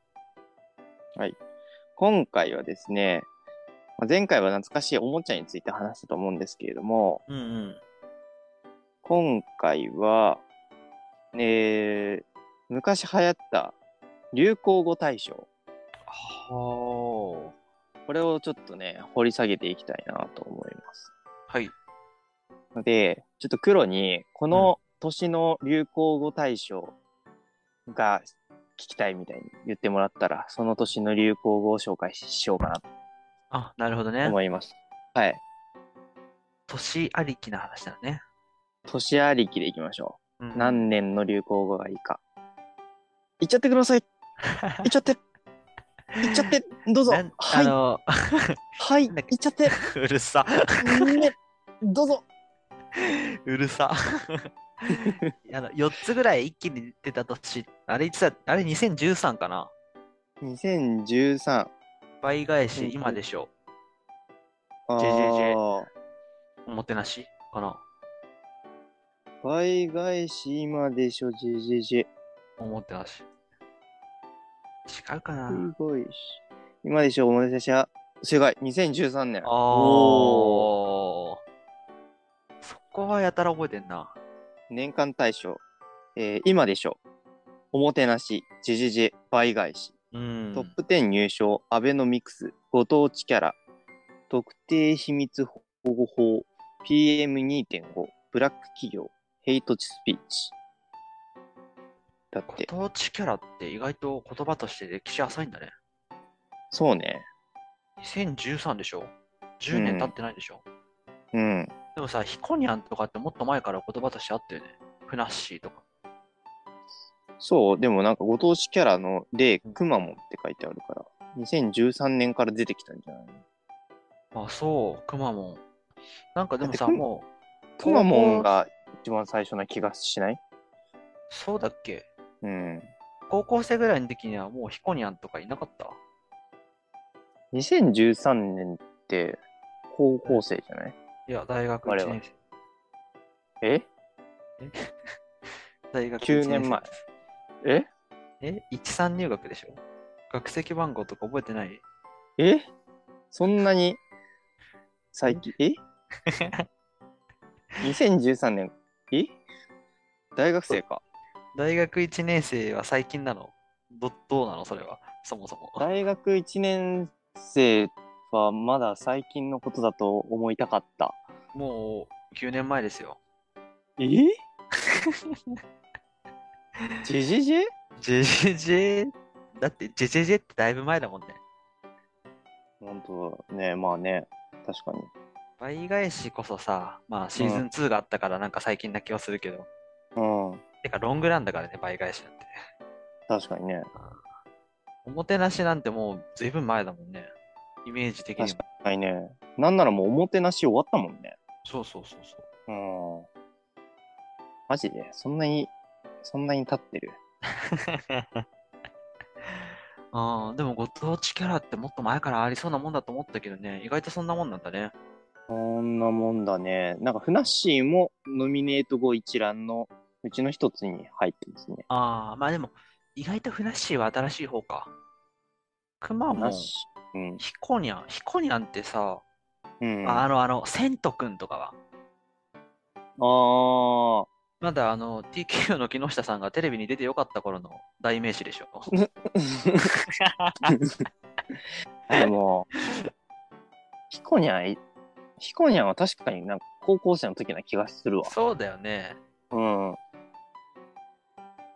Speaker 3: はい。今回はですね、まあ前回は懐かしいおもちゃについて話したと思うんですけれども、
Speaker 2: うんうん。
Speaker 3: 今回は、えー、昔流行った流行語大賞。
Speaker 2: は
Speaker 3: これをちょっとね、掘り下げていきたいなと思います。
Speaker 2: あ。はい。
Speaker 3: ので、ちょっと黒に、この年の流行語大賞が聞きたいみたいに言ってもらったら、その年の流行語を紹介しようかなと
Speaker 2: あ、なるほどね。
Speaker 3: 思います。はい。
Speaker 2: 年ありきな話だね。
Speaker 3: 年ありきでいきましょ
Speaker 2: う
Speaker 3: う。何年の流行語がいいか。いっちゃってください。いっちゃって。いっちゃって。どうぞ。
Speaker 2: なん
Speaker 3: は
Speaker 2: あ
Speaker 3: い。
Speaker 2: の、
Speaker 3: はい。い
Speaker 2: なんだっけ
Speaker 3: っちゃって。
Speaker 2: うるさ。
Speaker 3: ね どうぞ。
Speaker 2: うる さ。あの4つぐらい一気に出た年、あれいつだ、あれ2013かな。
Speaker 3: 2013。
Speaker 2: 倍返し、今でしょ。JJJ
Speaker 3: あー
Speaker 2: おもてなしかな。
Speaker 3: 倍返し今でしょ、JJJ。
Speaker 2: おもてなし。違うかな。
Speaker 3: 倍返し。今でしょ、お待たせしや。正解、2013年。
Speaker 2: ああ。
Speaker 3: おー
Speaker 2: そこはやたら覚えてんな。
Speaker 3: 年間大賞。えー今でしょ。おもてなし、JJJ、倍返し。
Speaker 2: うん
Speaker 3: トップ10入賞、アベノミクス、ご当地キャラ、特定秘密保護法、PM2.5、ブラック企業、ヘイトスピーチ。だっ
Speaker 2: ご
Speaker 3: て、
Speaker 2: 当地キャラって意外と言葉として歴史浅いんだね。
Speaker 3: そうね。
Speaker 2: 2013でしょ ?10 年経ってないでしょ、
Speaker 3: うん。
Speaker 2: でもさ、ヒコニャンとかってもっと前から言葉としてあったよね。フナッシーとか。
Speaker 3: そう、でもなんかご当地キャラの例
Speaker 2: うん、
Speaker 3: くまモンって書いてあるから、2013年から出てきたんじゃないの
Speaker 2: あ、そう、くまモン。なんかでも
Speaker 3: だっ
Speaker 2: さ、
Speaker 3: てく
Speaker 2: もう、
Speaker 3: くまモンが一番最初な気がしない
Speaker 2: そうだっけ
Speaker 3: うん。
Speaker 2: 高校生ぐらいの時にはもうヒコニャンとかいなかった
Speaker 3: 2013年って高校生じゃない
Speaker 2: いや、大学
Speaker 3: 我
Speaker 2: 1
Speaker 3: 々
Speaker 2: 年生。
Speaker 3: え
Speaker 2: 大学
Speaker 3: 9
Speaker 2: 1
Speaker 3: 年前え
Speaker 2: え ?13 入学でしょ学籍番号とか覚えてない
Speaker 3: えそんなに最近え ?2013 年え大学生か。
Speaker 2: 大学1年生は最近なのどどうなのそれは。そもそも。
Speaker 3: 大学1年生はまだ最近のことだと思いたかった。
Speaker 2: もう9年前ですよ。
Speaker 3: えジジ
Speaker 2: ジ
Speaker 3: ジ
Speaker 2: ェジェジェだってジェジェジェってだいぶ前だもんね。
Speaker 3: 本当だね、まあね、確かに。
Speaker 2: 倍返しこそさ、まあシーズン2があったからなんか最近な気はするけど。
Speaker 3: うん。
Speaker 2: てかロングランだからね、倍返しなんて。
Speaker 3: 確かにね。
Speaker 2: おもてなしなんてもうずいぶん前だもんね。イメージ的に
Speaker 3: 確
Speaker 2: も。
Speaker 3: かにね。なんならもうおもてなし終わったもんね。
Speaker 2: そうそうそうそう。
Speaker 3: うん。マジでそんなに、そんなに立ってる。
Speaker 2: あーでもご当地キャラってもっと前からありそうなもんだと思ったけどね、意外とそんなもんなんだね。
Speaker 3: そんなもんだね。なんか、ふなっしーもノミネート後一覧のうちの一つに入ってますね。
Speaker 2: ああ、まあでも、意外とふなっしーは新しい方か。クマ
Speaker 3: ふな
Speaker 2: も
Speaker 3: っ、しー。うん。
Speaker 2: ヒコニャン、ヒコニャンってさ、
Speaker 3: うん、
Speaker 2: あ
Speaker 3: あ
Speaker 2: あの、あの、セントくんとかは、
Speaker 3: あ
Speaker 2: まだあの、TKO の木下さんがテレビに出てよかった頃の代名詞でしょ。
Speaker 3: ー。でも、ひこにゃん、ひこにゃんは確かになんか高校生の時な気がするわ。
Speaker 2: そうだよね。
Speaker 3: うん。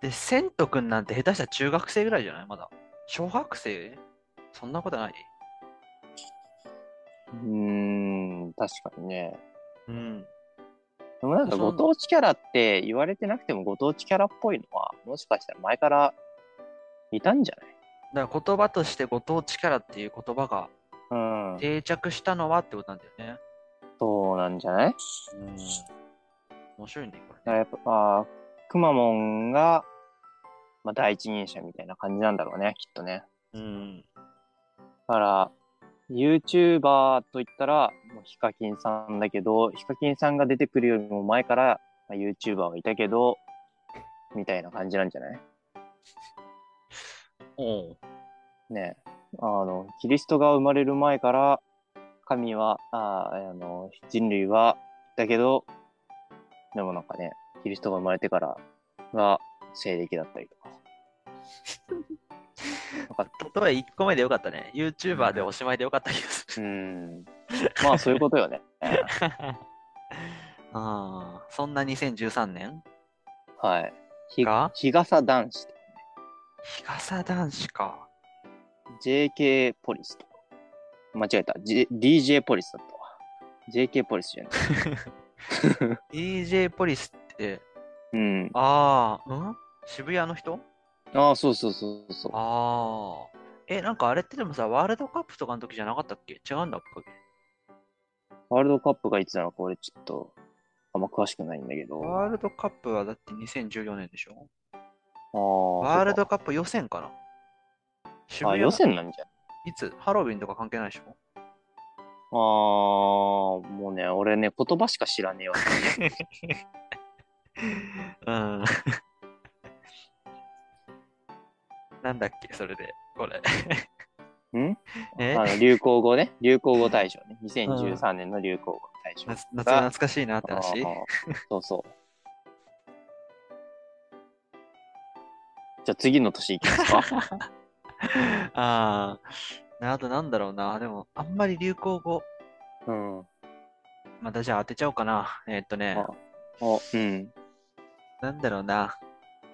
Speaker 2: で、セントくんなんて下手したら中学生ぐらいじゃないまだ。小学生そんなことないう
Speaker 3: ーん、確かにね。
Speaker 2: うん。
Speaker 3: でもなんか
Speaker 2: そ
Speaker 3: ご
Speaker 2: う
Speaker 3: 当地キャラって言われてなくてもご当地キャラっぽいのは、もしかしたら前からいたんじゃ
Speaker 2: だから言葉としてご当地キャラっていう言葉が
Speaker 3: ないうん。
Speaker 2: 定着したのはってことなんだよね。
Speaker 3: そうなんじゃない
Speaker 2: うん。面白いね、これ、
Speaker 3: だから
Speaker 2: ね。
Speaker 3: やっぱ、あーくまモンが、まあ、第一人者みたいな感じなんだろうね、きっとね。
Speaker 2: うん。
Speaker 3: だから、YouTuber といったら、もうヒカキンさんだけど、ヒカキンさんが出てくるよりも前から、まあ、YouTuber はいたけど、みたいな感じなんじゃない
Speaker 2: おう
Speaker 3: ねえあの、キリストが生まれる前から、神は、あーあの、人類は、だけど、でもなんかね、キリストが生まれてからが西暦だったりとか。
Speaker 2: 例え1個目でよかったね。YouTuber でおしまいでよかった気がす
Speaker 3: う
Speaker 2: る。
Speaker 3: ん。まあそういうことよね。
Speaker 2: ああ、そんな2013年
Speaker 3: はい。ひ
Speaker 2: が
Speaker 3: 日傘男子と
Speaker 2: 日傘男子か。
Speaker 3: JK ポリスとか。間違えた。J、DJ ポリスだったわ。JK ポリスじゃない。
Speaker 2: DJ ポリスって、
Speaker 3: うん。
Speaker 2: ああ、うん渋谷の人
Speaker 3: ああ、そうそうそうそう。
Speaker 2: ああ。え、なんかあれってでもさ、ワールドカップとかの時じゃなかったっけ違うんだっけ
Speaker 3: ワールドカップがいつなのか俺ちょっと、あんま詳しくないんだけど。
Speaker 2: ワールドカップはだって2014年でしょ
Speaker 3: ああ
Speaker 2: ワール
Speaker 3: そう
Speaker 2: ドカップ予選かな渋
Speaker 3: かあ、
Speaker 2: 谷
Speaker 3: 予選なんじゃん。
Speaker 2: いつハロウィンとか関係ないでしょ
Speaker 3: ああ、もうね、俺ね、言葉しか知らねえわ。
Speaker 2: うん。 なんだっけそれで、こ れ。
Speaker 3: ん
Speaker 2: え
Speaker 3: あの流行語ね。流行語大賞ね。2013年の流行語大賞。
Speaker 2: 夏夏が懐かしいなって話
Speaker 3: あーそうそう。じゃあ次の年いきますか。
Speaker 2: ああ。あとなんだろうな。でも、あんまり流行語。
Speaker 3: うん。あ、
Speaker 2: またじゃあ当てちゃおうかな。えーっとね、
Speaker 3: うん。
Speaker 2: なんだろうな。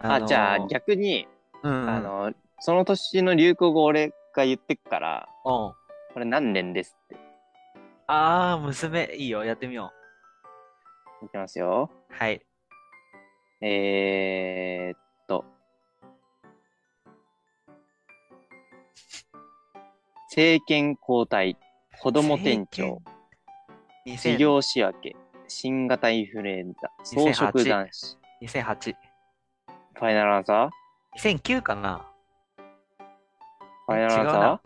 Speaker 3: あ、
Speaker 2: のー
Speaker 3: じゃあ逆に、
Speaker 2: うん、
Speaker 3: あの、その年の流行語俺が言ってくから、
Speaker 2: うん。
Speaker 3: これ何年ですって。
Speaker 2: ああ、娘、いいよ、やってみよ
Speaker 3: いきますよ。
Speaker 2: う。はい。
Speaker 3: えー、っと。政権交代、子供店長、事
Speaker 2: 2000
Speaker 3: 業仕分け、新型インフルエンザ、草食
Speaker 2: 2008
Speaker 3: 男子、
Speaker 2: 2008。
Speaker 3: ファイナルアンサー
Speaker 2: 2009かな
Speaker 3: ファイナルア
Speaker 2: 違
Speaker 3: ン
Speaker 2: う
Speaker 3: サ
Speaker 2: な。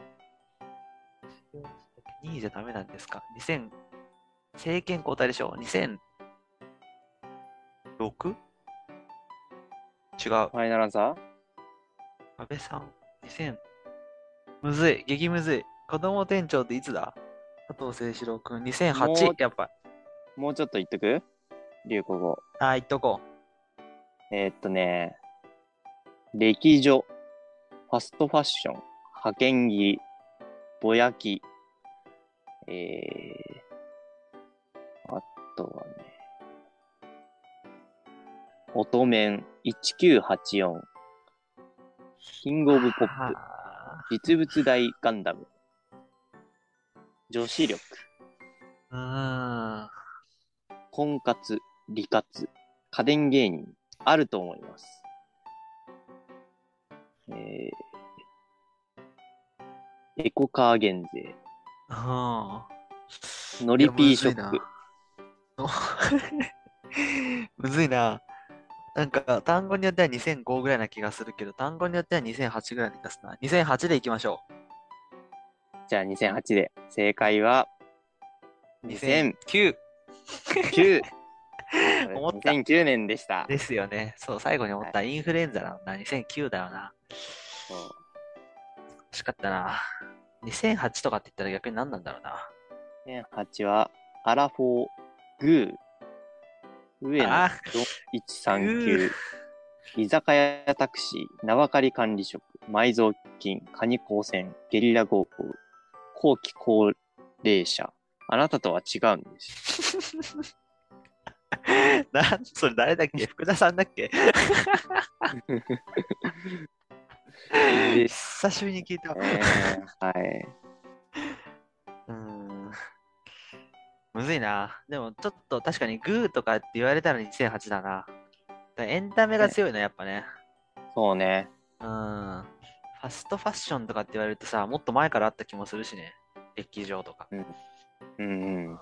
Speaker 2: 2位じゃダメなんですか ?2000、政権交代でしょ ?2006? 違う
Speaker 3: ー。ファイナルアンサ
Speaker 2: 安倍さん、2000。むずい、激むずい。子供店長っていつだ佐藤清志郎くん、
Speaker 3: もう
Speaker 2: 2008。やっぱ。
Speaker 3: ーもうちょっと言っとく流行語。
Speaker 2: あー、いっとこ
Speaker 3: えー、っとね、歴女、ファストファッション、派遣切り、ぼやき、えー、あとはね、乙女、1984、キングオブ
Speaker 2: う。
Speaker 3: ポップ、
Speaker 2: あ
Speaker 3: 実物大ガンダム、女子力、
Speaker 2: ーうーん。
Speaker 3: 婚活、利活、家電芸人、あると思います。えーエコカー減税。
Speaker 2: ああ。
Speaker 3: ノリピーショック
Speaker 2: いや。むずいなむずいな。なんか、単語によっては2005ぐらいな気がするけど、単語によっては2008ぐらいな気がするな。2008でいきましょ
Speaker 3: じゃあ2008で。正解は、
Speaker 2: う。
Speaker 3: 2009。
Speaker 2: 2009 思った
Speaker 3: 2009年でした。
Speaker 2: ですよね。そう、最後に思った、インフルエンザなんだ。2009だよな。
Speaker 3: そう
Speaker 2: 惜しかったな。2008とかって言ったら逆に何なんだろうな。
Speaker 3: 2008は、アラフォー、グー、上野
Speaker 2: あ
Speaker 3: 4139、居酒屋タクシー、名ばかり管理職、埋蔵金、カニ光線、ゲリラ豪雨、後期高齢者、あなたとは違うんです。
Speaker 2: なんそれ誰だっけ 福田さんだっけ
Speaker 3: です
Speaker 2: 久しぶりに聞いた。
Speaker 3: ね。はい。
Speaker 2: うーん。 むずいな。でもちょっと確かにグーとかって言われたら2008だな。だエンタメが強いな、やっぱね。
Speaker 3: そうね。
Speaker 2: うん。ファストファッションとかって言われるとさ、もっと前からあった気もするしね。劇場とか。
Speaker 3: うんうん。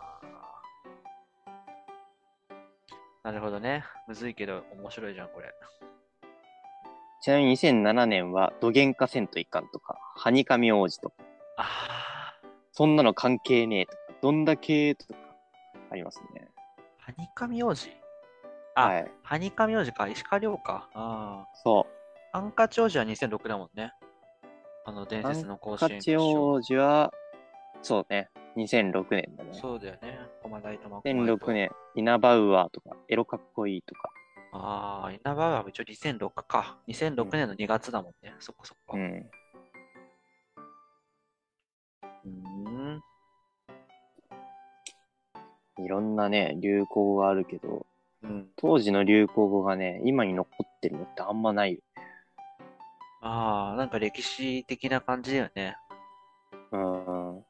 Speaker 2: なるほどね。むずいけど面白いじゃん、これ。
Speaker 3: ちなみに2007年は、どげんかせんといかんとか、はにかみ王子とか、
Speaker 2: あー。
Speaker 3: そんなの関係ねえとか、どんだけとか、ありますね。
Speaker 2: はにかみ王子あ
Speaker 3: はい。
Speaker 2: はにかみ王子か、石川遼か。あ
Speaker 3: そ
Speaker 2: あ。ハンカチ王子は2006だもんね。あの、伝説の
Speaker 3: う。
Speaker 2: 甲子
Speaker 3: カ
Speaker 2: 園
Speaker 3: チ王子は、そうね。2006年だね。
Speaker 2: そうだよね。駒大玉
Speaker 3: 2006。年、イナバウアーとか、エロかっこいいとか、
Speaker 2: ああ、イナバウアーも一応2006か。2006年の2月だもんね。そっかそっか。
Speaker 3: う。
Speaker 2: うんーん。
Speaker 3: いろんなね、流行語があるけど、
Speaker 2: うん。
Speaker 3: 当時の流行語がね、今に残ってるのってあんまないよ。
Speaker 2: ああ、なんか歴史的な感じだよね。
Speaker 3: うん。
Speaker 2: あ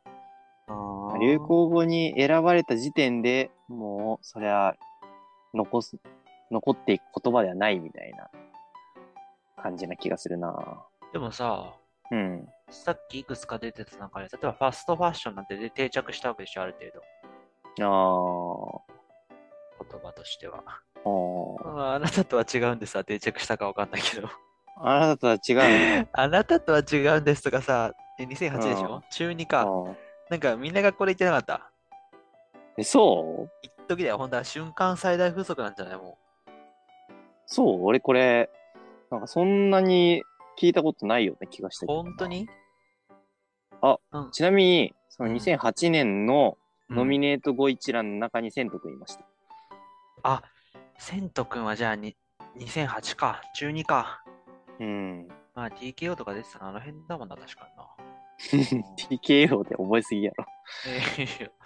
Speaker 2: あ。
Speaker 3: 流行語に選ばれた時点でもう、それは、残す、残っていく言葉ではないみたいな感じな気がするな
Speaker 2: でもさ、
Speaker 3: うん。
Speaker 2: さっきいくつか出てた中で、例えばファストファッションなんてで定着したわけでしょ、ある程
Speaker 3: あー
Speaker 2: 度。言葉としては。
Speaker 3: あー。
Speaker 2: まあ、あなたとは違うんですは定着したかわかんないけど。
Speaker 3: あなたとは違うね。
Speaker 2: あなたとは違うんですとかさ、え2008でし
Speaker 3: う
Speaker 2: ょ中2
Speaker 3: あ
Speaker 2: か。
Speaker 3: ー
Speaker 2: なんかみんながこれ言ってなかった。
Speaker 3: え、そう
Speaker 2: 一時だよ、ほんとは瞬間最大風速なんじゃないも
Speaker 3: そう俺これ、なんかそんなに聞いたことないような気がして
Speaker 2: う。
Speaker 3: きたな
Speaker 2: 本当に
Speaker 3: あ、
Speaker 2: うん、
Speaker 3: ちなみに、そ
Speaker 2: うん
Speaker 3: の2008年のノミ
Speaker 2: うん
Speaker 3: ネート語一覧の中に千徳いました。
Speaker 2: あ、セント君はじゃあに2008か、中2か。
Speaker 3: うん。
Speaker 2: まあ TKO とか出てたのあの辺だもんな、確かにな。
Speaker 3: TKO で覚えすぎやろ。
Speaker 2: えー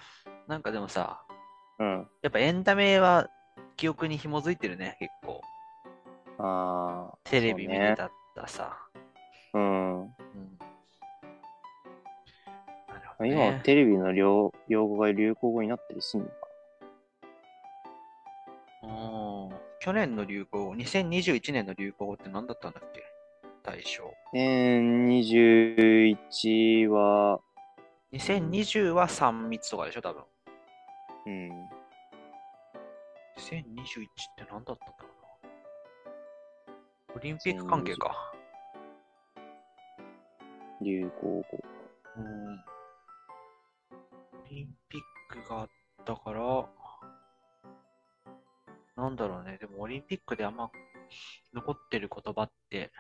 Speaker 2: なんかでもさ、
Speaker 3: うん。
Speaker 2: やっぱエンタメは記憶に紐づいてるね、結構。
Speaker 3: ああ。
Speaker 2: テレビ
Speaker 3: そう
Speaker 2: 見
Speaker 3: ね
Speaker 2: てたったさ。
Speaker 3: うん。
Speaker 2: うんなるほど
Speaker 3: 今は
Speaker 2: ね。
Speaker 3: テレビの用用語が流行語になったりするのか。
Speaker 2: うん去年の流行語、2021年の流行語って何だったんだっけ大賞。
Speaker 3: 2021は、
Speaker 2: 2020は3密とかでしょ、多分。
Speaker 3: うん。
Speaker 2: 2021って何だったんだろうな。オリンピック関係か。
Speaker 3: 流行語。
Speaker 2: うん。オリンピックがあったから、なんだろうね。でもオリンピックであんま残ってる言葉って、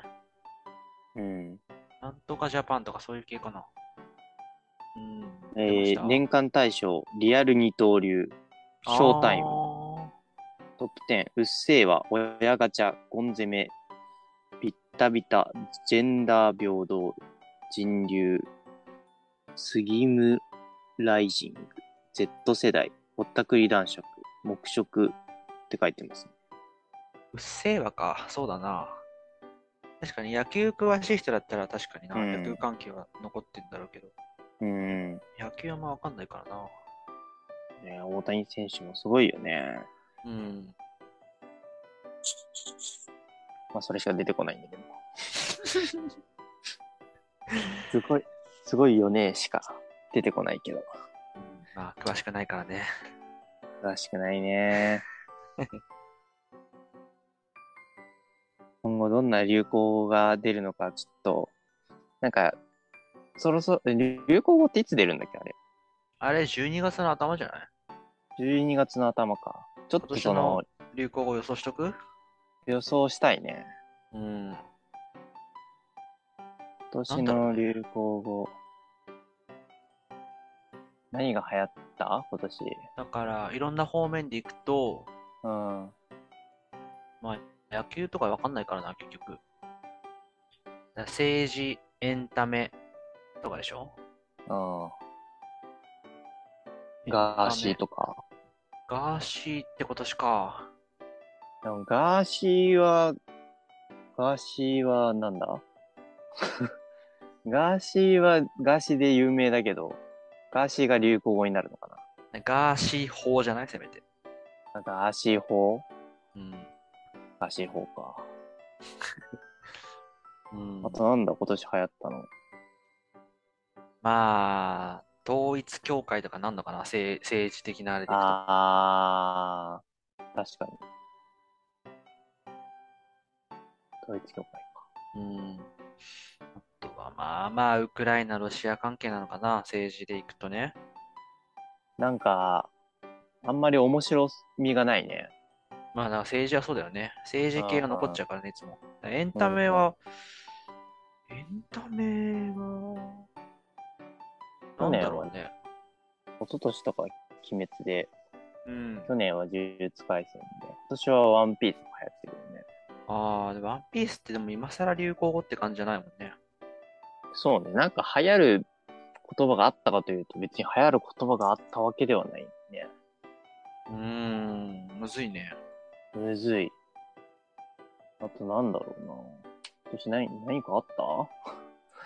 Speaker 3: うん。
Speaker 2: なんとかジャパンとかそういう系かな。うん。
Speaker 3: え
Speaker 2: 出まし
Speaker 3: ー
Speaker 2: た
Speaker 3: 年間大賞、リアル二刀流、ショータイム、トップ10、うっせぇわ、親ガチャ、ゴン攻め、ビッタビタ、ジェンダー平等、人流、スギムライジング、Z 世代、ぼったくり男爵、黙食って書いてますね。
Speaker 2: うっせぇわか。そうだな。確かに野球詳しい人だったら確かにな、
Speaker 3: うん
Speaker 2: 野球関係は残ってんだろうけど、
Speaker 3: うん。
Speaker 2: 野球はあんまわかんないからな。
Speaker 3: ね、大谷選手もすごいよね。
Speaker 2: うん。
Speaker 3: まあ、それしか出てこないんだけど。すごい、すごいよねしか出てこないけど。
Speaker 2: まあ、詳しくないからね。
Speaker 3: 詳しくないね。 今後どんな流行が出るのか、ちょっと、なんか、そろそろ、え流行語っていつ出るんだっけあれ。
Speaker 2: あれ、12月の頭じゃない
Speaker 3: 12月の頭か。ちょっとその、
Speaker 2: 流行語予想しとく
Speaker 3: 予想したいね。
Speaker 2: うん。
Speaker 3: 今年の流行語。何が流行った今年。
Speaker 2: だから、いろんな方面でいくと、
Speaker 3: うん。
Speaker 2: 野球とかわかんないからな、結局。だから政治、エンタメとかでしょ
Speaker 3: ああ。ガーシーとか。
Speaker 2: ガーシーって今年か。
Speaker 3: でもガーシーは、ガーシーはなんだ ガーシーはガーシーで有名だけど、ガーシーが流行語になるのか
Speaker 2: ガーシー法じゃないせめて。
Speaker 3: ななんかガーシー法
Speaker 2: うん。
Speaker 3: ガーシー法か。
Speaker 2: うん
Speaker 3: あ、となんだ今年流行ったの。
Speaker 2: まあ、統一教会とかなんのかな政政治的なあれでいくと
Speaker 3: あー、確かに。統一教会か。
Speaker 2: うん。あとはまあまあ、ウクライナ、ロシア関係なのかな政治でいくとね。
Speaker 3: なんか、あんまり面白みがないね。
Speaker 2: まあ、だから政治はそうだよね。政治系が残っちゃうからね、いつも。だからエンタメは、エンタメは、なんだろうね。
Speaker 3: 一昨年とか鬼滅で、
Speaker 2: うん。
Speaker 3: 去年は呪術廻戦で、今年はワンピースも流行ってるよね。
Speaker 2: ああ、でもワンピースってでも今更流行語って感じじゃないもんね。
Speaker 3: そうね、なんか流行る言葉があったかというと、別に流行る言葉があったわけではないね。
Speaker 2: うーん、むずいね。
Speaker 3: むずい。あとなんだろうな。今年何、何かあった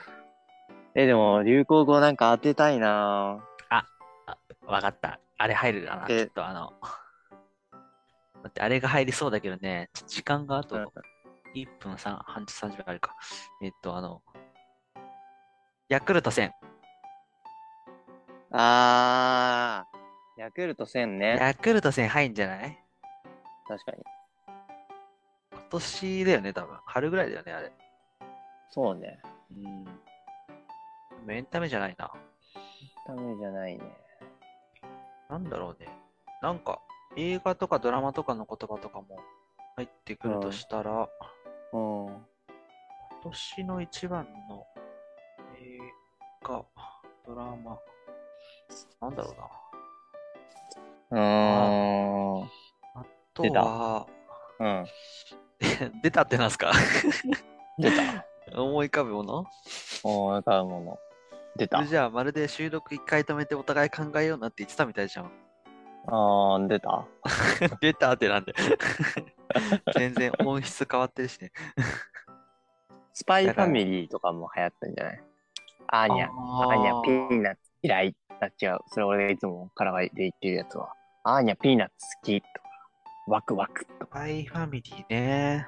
Speaker 3: え、でも、流行語なんか当てたいな
Speaker 2: わかった。あれ入るかな。ち
Speaker 3: え
Speaker 2: ょっとあの。 待って、あれが入りそうだけどね、ちょ時間があと
Speaker 3: うん
Speaker 2: 1分3、半30秒あるか。えっと、あの、ヤクルト1000。
Speaker 3: あー、ヤクルト1000ね。
Speaker 2: ヤクルト1000入んじゃない
Speaker 3: 確かに。
Speaker 2: 今年だよね、多分。春ぐらいだよね、あれ。
Speaker 3: そうね。
Speaker 2: うん。でもエンタメじゃないな。
Speaker 3: ダメじゃないね。
Speaker 2: なんだろうね。なんか、映画とかドラマとかの言葉とかも入ってくるとしたら、
Speaker 3: うん。
Speaker 2: 今年の一番の映画、ドラマ、なんだろうな。
Speaker 3: うーん。
Speaker 2: と
Speaker 3: 出た
Speaker 2: は、
Speaker 3: うん。
Speaker 2: 出たってなんすか
Speaker 3: 出た。
Speaker 2: 思い浮かぶもの
Speaker 3: おー、買うもの。出た。
Speaker 2: じゃあ、まるで収録一回止めてお互い考えようなって言ってたみたいじゃん。
Speaker 3: あー、出た。
Speaker 2: 出たって なんで。全然音質変わってるしね。
Speaker 3: スパイファミリーとかも流行ったんじゃないアーニャ、ア
Speaker 2: あ
Speaker 3: ーニャ、
Speaker 2: ー
Speaker 3: ピーナッツ嫌い。あ、違う。それ俺がいつもからがで言ってるやつは。アーニャ、ピーナッツ好きとか、ワクワクと
Speaker 2: スパイファミリーね。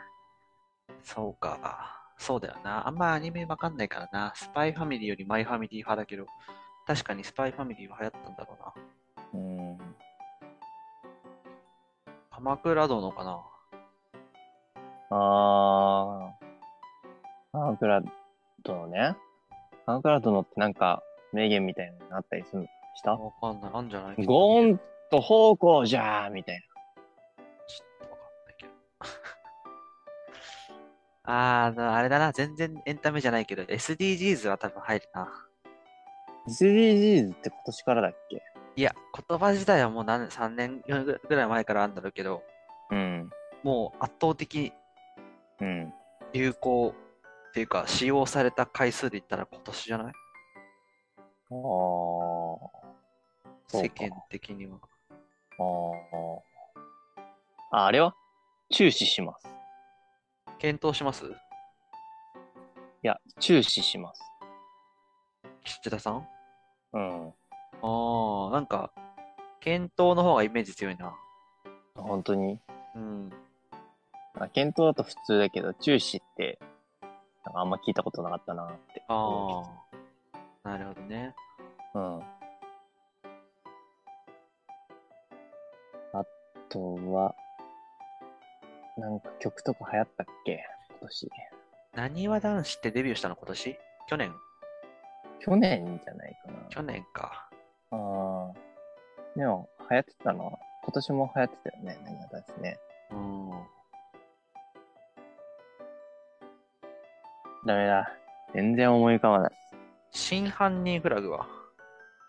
Speaker 2: そうか。そうだよな。あんまアニメわかんないからな。スパイファミリーよりマイファミリー派だけど、確かにスパイファミリーは流行ったんだろうな。
Speaker 3: か。うん。
Speaker 2: 鎌倉殿かな。
Speaker 3: あー。カンクラ殿ね。カンクラ殿ってなんか、名言みたいなのあったりするした
Speaker 2: わかんない。あんじゃない
Speaker 3: ゴ
Speaker 2: ン
Speaker 3: ーンと方向じゃーみたい
Speaker 2: ちょっとわかんないけど。 あー、あれだな。全然エンタメじゃないけど、SDGs は多分入るな。
Speaker 3: な。SDGs って今年からだっけ
Speaker 2: いや、言葉自体はもう何3年ぐらい前からあるんだろうけど、
Speaker 3: うん。
Speaker 2: もう圧倒的
Speaker 3: うん。
Speaker 2: 流行っていうか使用された回数で言ったら今年じゃない
Speaker 3: あー。そう
Speaker 2: 世
Speaker 3: か
Speaker 2: 間的には。
Speaker 3: ああ。あ、あれは注視します。
Speaker 2: 検討します
Speaker 3: いや、注視します。
Speaker 2: 岸田さん
Speaker 3: うん。
Speaker 2: ああ、なんか、検討の方がイメージ強いな。
Speaker 3: 本当に。
Speaker 2: うん。
Speaker 3: あ検討だと普通だけど、注視って、なんかあんま聞いたことなかったなって。
Speaker 2: ああ。なるほどね。
Speaker 3: うん。あとは、なんか曲とか流行ったっけ今年。
Speaker 2: なにわ男子ってデビューしたの今年去年
Speaker 3: 去年じゃないかな。
Speaker 2: 去年か。
Speaker 3: ああ。でも、流行ってたのは、今年も流行ってたよね、何がですね。
Speaker 2: うん。
Speaker 3: ダメだ。全然思い浮かばない。
Speaker 2: 真犯人フラグは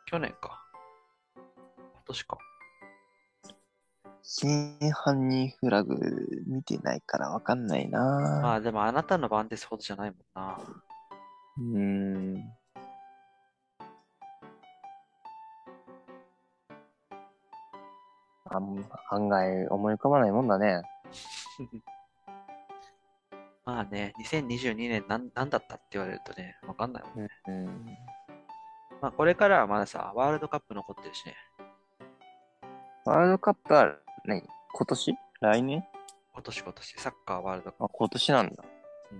Speaker 2: 去年か。今年か。
Speaker 3: 真犯人フラグ見てないからわかんない
Speaker 2: ま
Speaker 3: な
Speaker 2: あでもあなたの番ですほどじゃないもんな。
Speaker 3: うーん。あん案外思い浮かばないもんだね。
Speaker 2: まあね、2022年なんなんだったって言われるとね、わかんないもん。
Speaker 3: うん。
Speaker 2: まあこれからはまださ、ワールドカップ残ってるしね。
Speaker 3: ワールドカップは何今年来年
Speaker 2: 今年今年、サッカーワールドカッ
Speaker 3: あ、今年なんだ。
Speaker 2: うん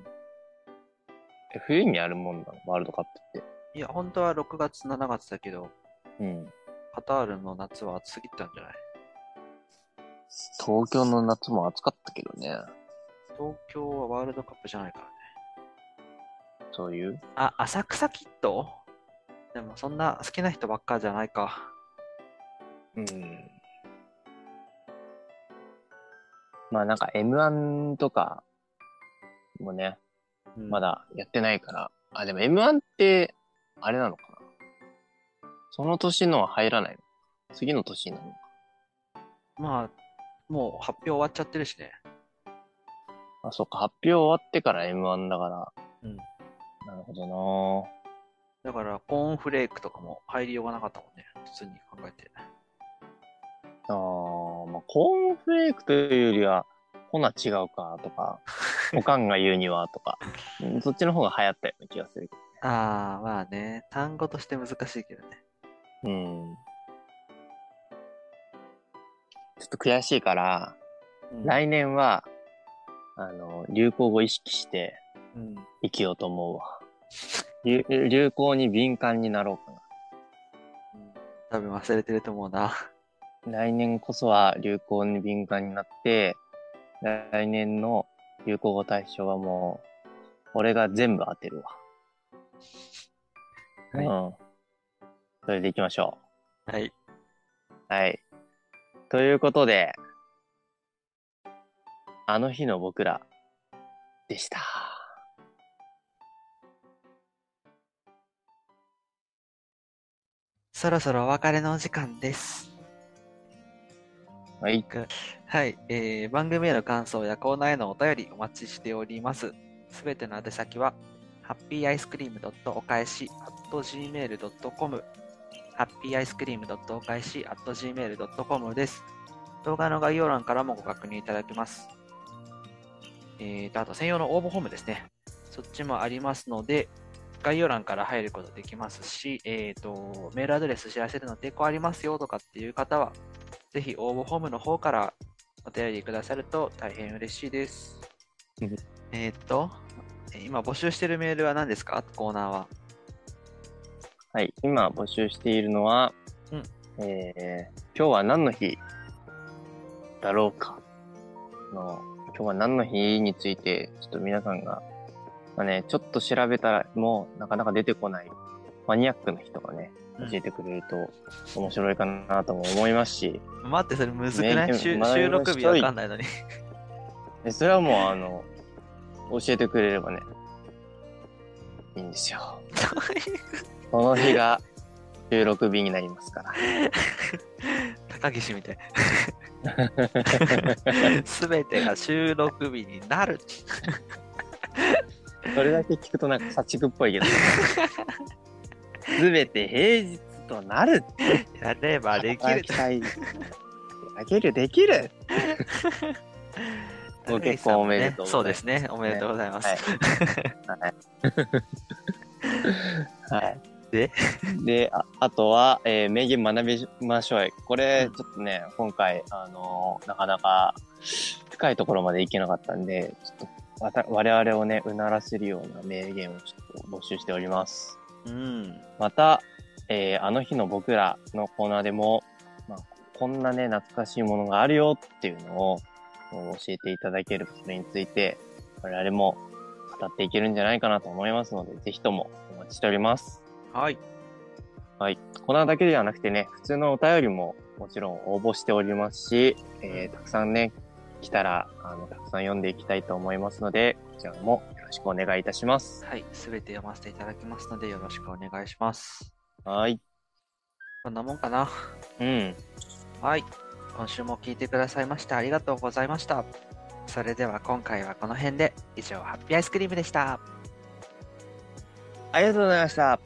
Speaker 3: え、冬にあるもんなのワールドカップっ
Speaker 2: プ。いや、本当は6月、7月だけど、
Speaker 3: て。うん。
Speaker 2: カタールの夏は暑すぎたんじゃない
Speaker 3: 東京の夏も暑かったけどね。
Speaker 2: 東京はワールドカップじゃないからね。
Speaker 3: そういう。
Speaker 2: あ、浅草キットでもそんな好きな人ばっかじゃないか。
Speaker 3: うん。まあなんか M1 とかもね、ま。だやってないから。あ、でも M1 って、あれなのかな。その年のは入らないの。次の年になるのか。
Speaker 2: まあ、もう発表終わっちゃってるしね。
Speaker 3: あ、そっか。発表終わってから M1 だから。
Speaker 2: うん。
Speaker 3: なるほどなぁ。
Speaker 2: だから、コーンフレークとかも入りようがなかったもんね。普通に考えて。
Speaker 3: あー、まあ、コーンフレークというよりは、ほな違うかと か、おかんが言うにはとか、うんそっちの方が流行ったような気がする。
Speaker 2: ああ、まあね。単語として難しいけどね。
Speaker 3: うん。ちょっと悔しいから、来年は、あの、流行語意識して
Speaker 2: うん。
Speaker 3: 生きようと思うわ。流流行に敏感になろうか
Speaker 2: 多分忘れてると思うな。
Speaker 3: な。来年こそは流行に敏感になって、来年の流行語大賞はもう、俺が全部当てるわ。
Speaker 2: はい
Speaker 3: うん。それで行きましょ
Speaker 2: はい。
Speaker 3: う。はい。ということで、あの日の僕らでした。
Speaker 2: そろそろお別れのお時間です。
Speaker 3: はい。
Speaker 2: はい、えー番組への感想やコーナーへのお便りお待ちしております。すべての宛先は、ハッピーアイスクリームお返し .gmail.com、ハッピーアイスクリームお返し .gmail.com です。動画の概要欄からもご確認いただけます。えーと、あと専用の応募フォームですね。そっちもありますので、概要欄から入ることできますし、えーと、メールアドレス知らせるの抵抗ありますよとかっていう方は、ぜひ応募フォームの方からお便りくださると大変嬉しいです
Speaker 3: うん。
Speaker 2: えーっと、今募集してるメールは何ですかコーナーは。
Speaker 3: はい、今募集しているのは、
Speaker 2: うん
Speaker 3: えー今日は何の日だろうかの、今日は何の日について、ちょっと皆さんが、まあね、ちょっと調べたら、もうなかなか出てこないマニアックな人がね、教えてくれると面白いかなとも思いますし、
Speaker 2: 待って、それむずくな
Speaker 3: ね
Speaker 2: い収
Speaker 3: まあ
Speaker 2: 収録日わかんないのに。
Speaker 3: でそれはもうあの、教えてくれればね、いいんですよ。この日が収録日になりますから。
Speaker 2: 高岸みたい。すべてが収録日になる。
Speaker 3: それだけ聞くとなんか社畜っぽいけど。すべて平日となる。
Speaker 2: やればできる。
Speaker 3: あげるできる。ご
Speaker 2: 高岸
Speaker 3: 結
Speaker 2: さん
Speaker 3: 婚
Speaker 2: も
Speaker 3: おめでと
Speaker 2: ね
Speaker 3: うございます
Speaker 2: そうですね。おめでとうございます。
Speaker 3: はい。はい。はい、
Speaker 2: で
Speaker 3: であ、あとは、えー名言学びましょうい。これ、ちょっとね、今回、あのーなかなか深いところまでいけなかったんで、ちょっとわた我々をね、うならせるような名言をちょっと募集しております。
Speaker 2: うん。
Speaker 3: また、えーあの日の僕らのコーナーでも、まあ、こんなね、懐かしいものがあるよっていうのをもう教えていただけるそれについて、我々も語っていけるんじゃないかなと思いますので、ぜひともお待ちしております。
Speaker 2: はい。
Speaker 3: はい。コーナーだけではなくてね、普通のお便りももちろん応募しておりますし、えーたくさんね、来たら、あの、たくさん読んでいきたいと思いますので、こちらもよろしくお願いいたします。
Speaker 2: はい。すべて読ませていただきますので、よろしくお願いします。
Speaker 3: はい。
Speaker 2: こんなもんかな。
Speaker 3: うん。
Speaker 2: はい。今週も聞いてくださいましてありがとうございました。それでは今回はこの辺で、以上、ハッピーアイスクリームでした。
Speaker 3: ありがとうございました。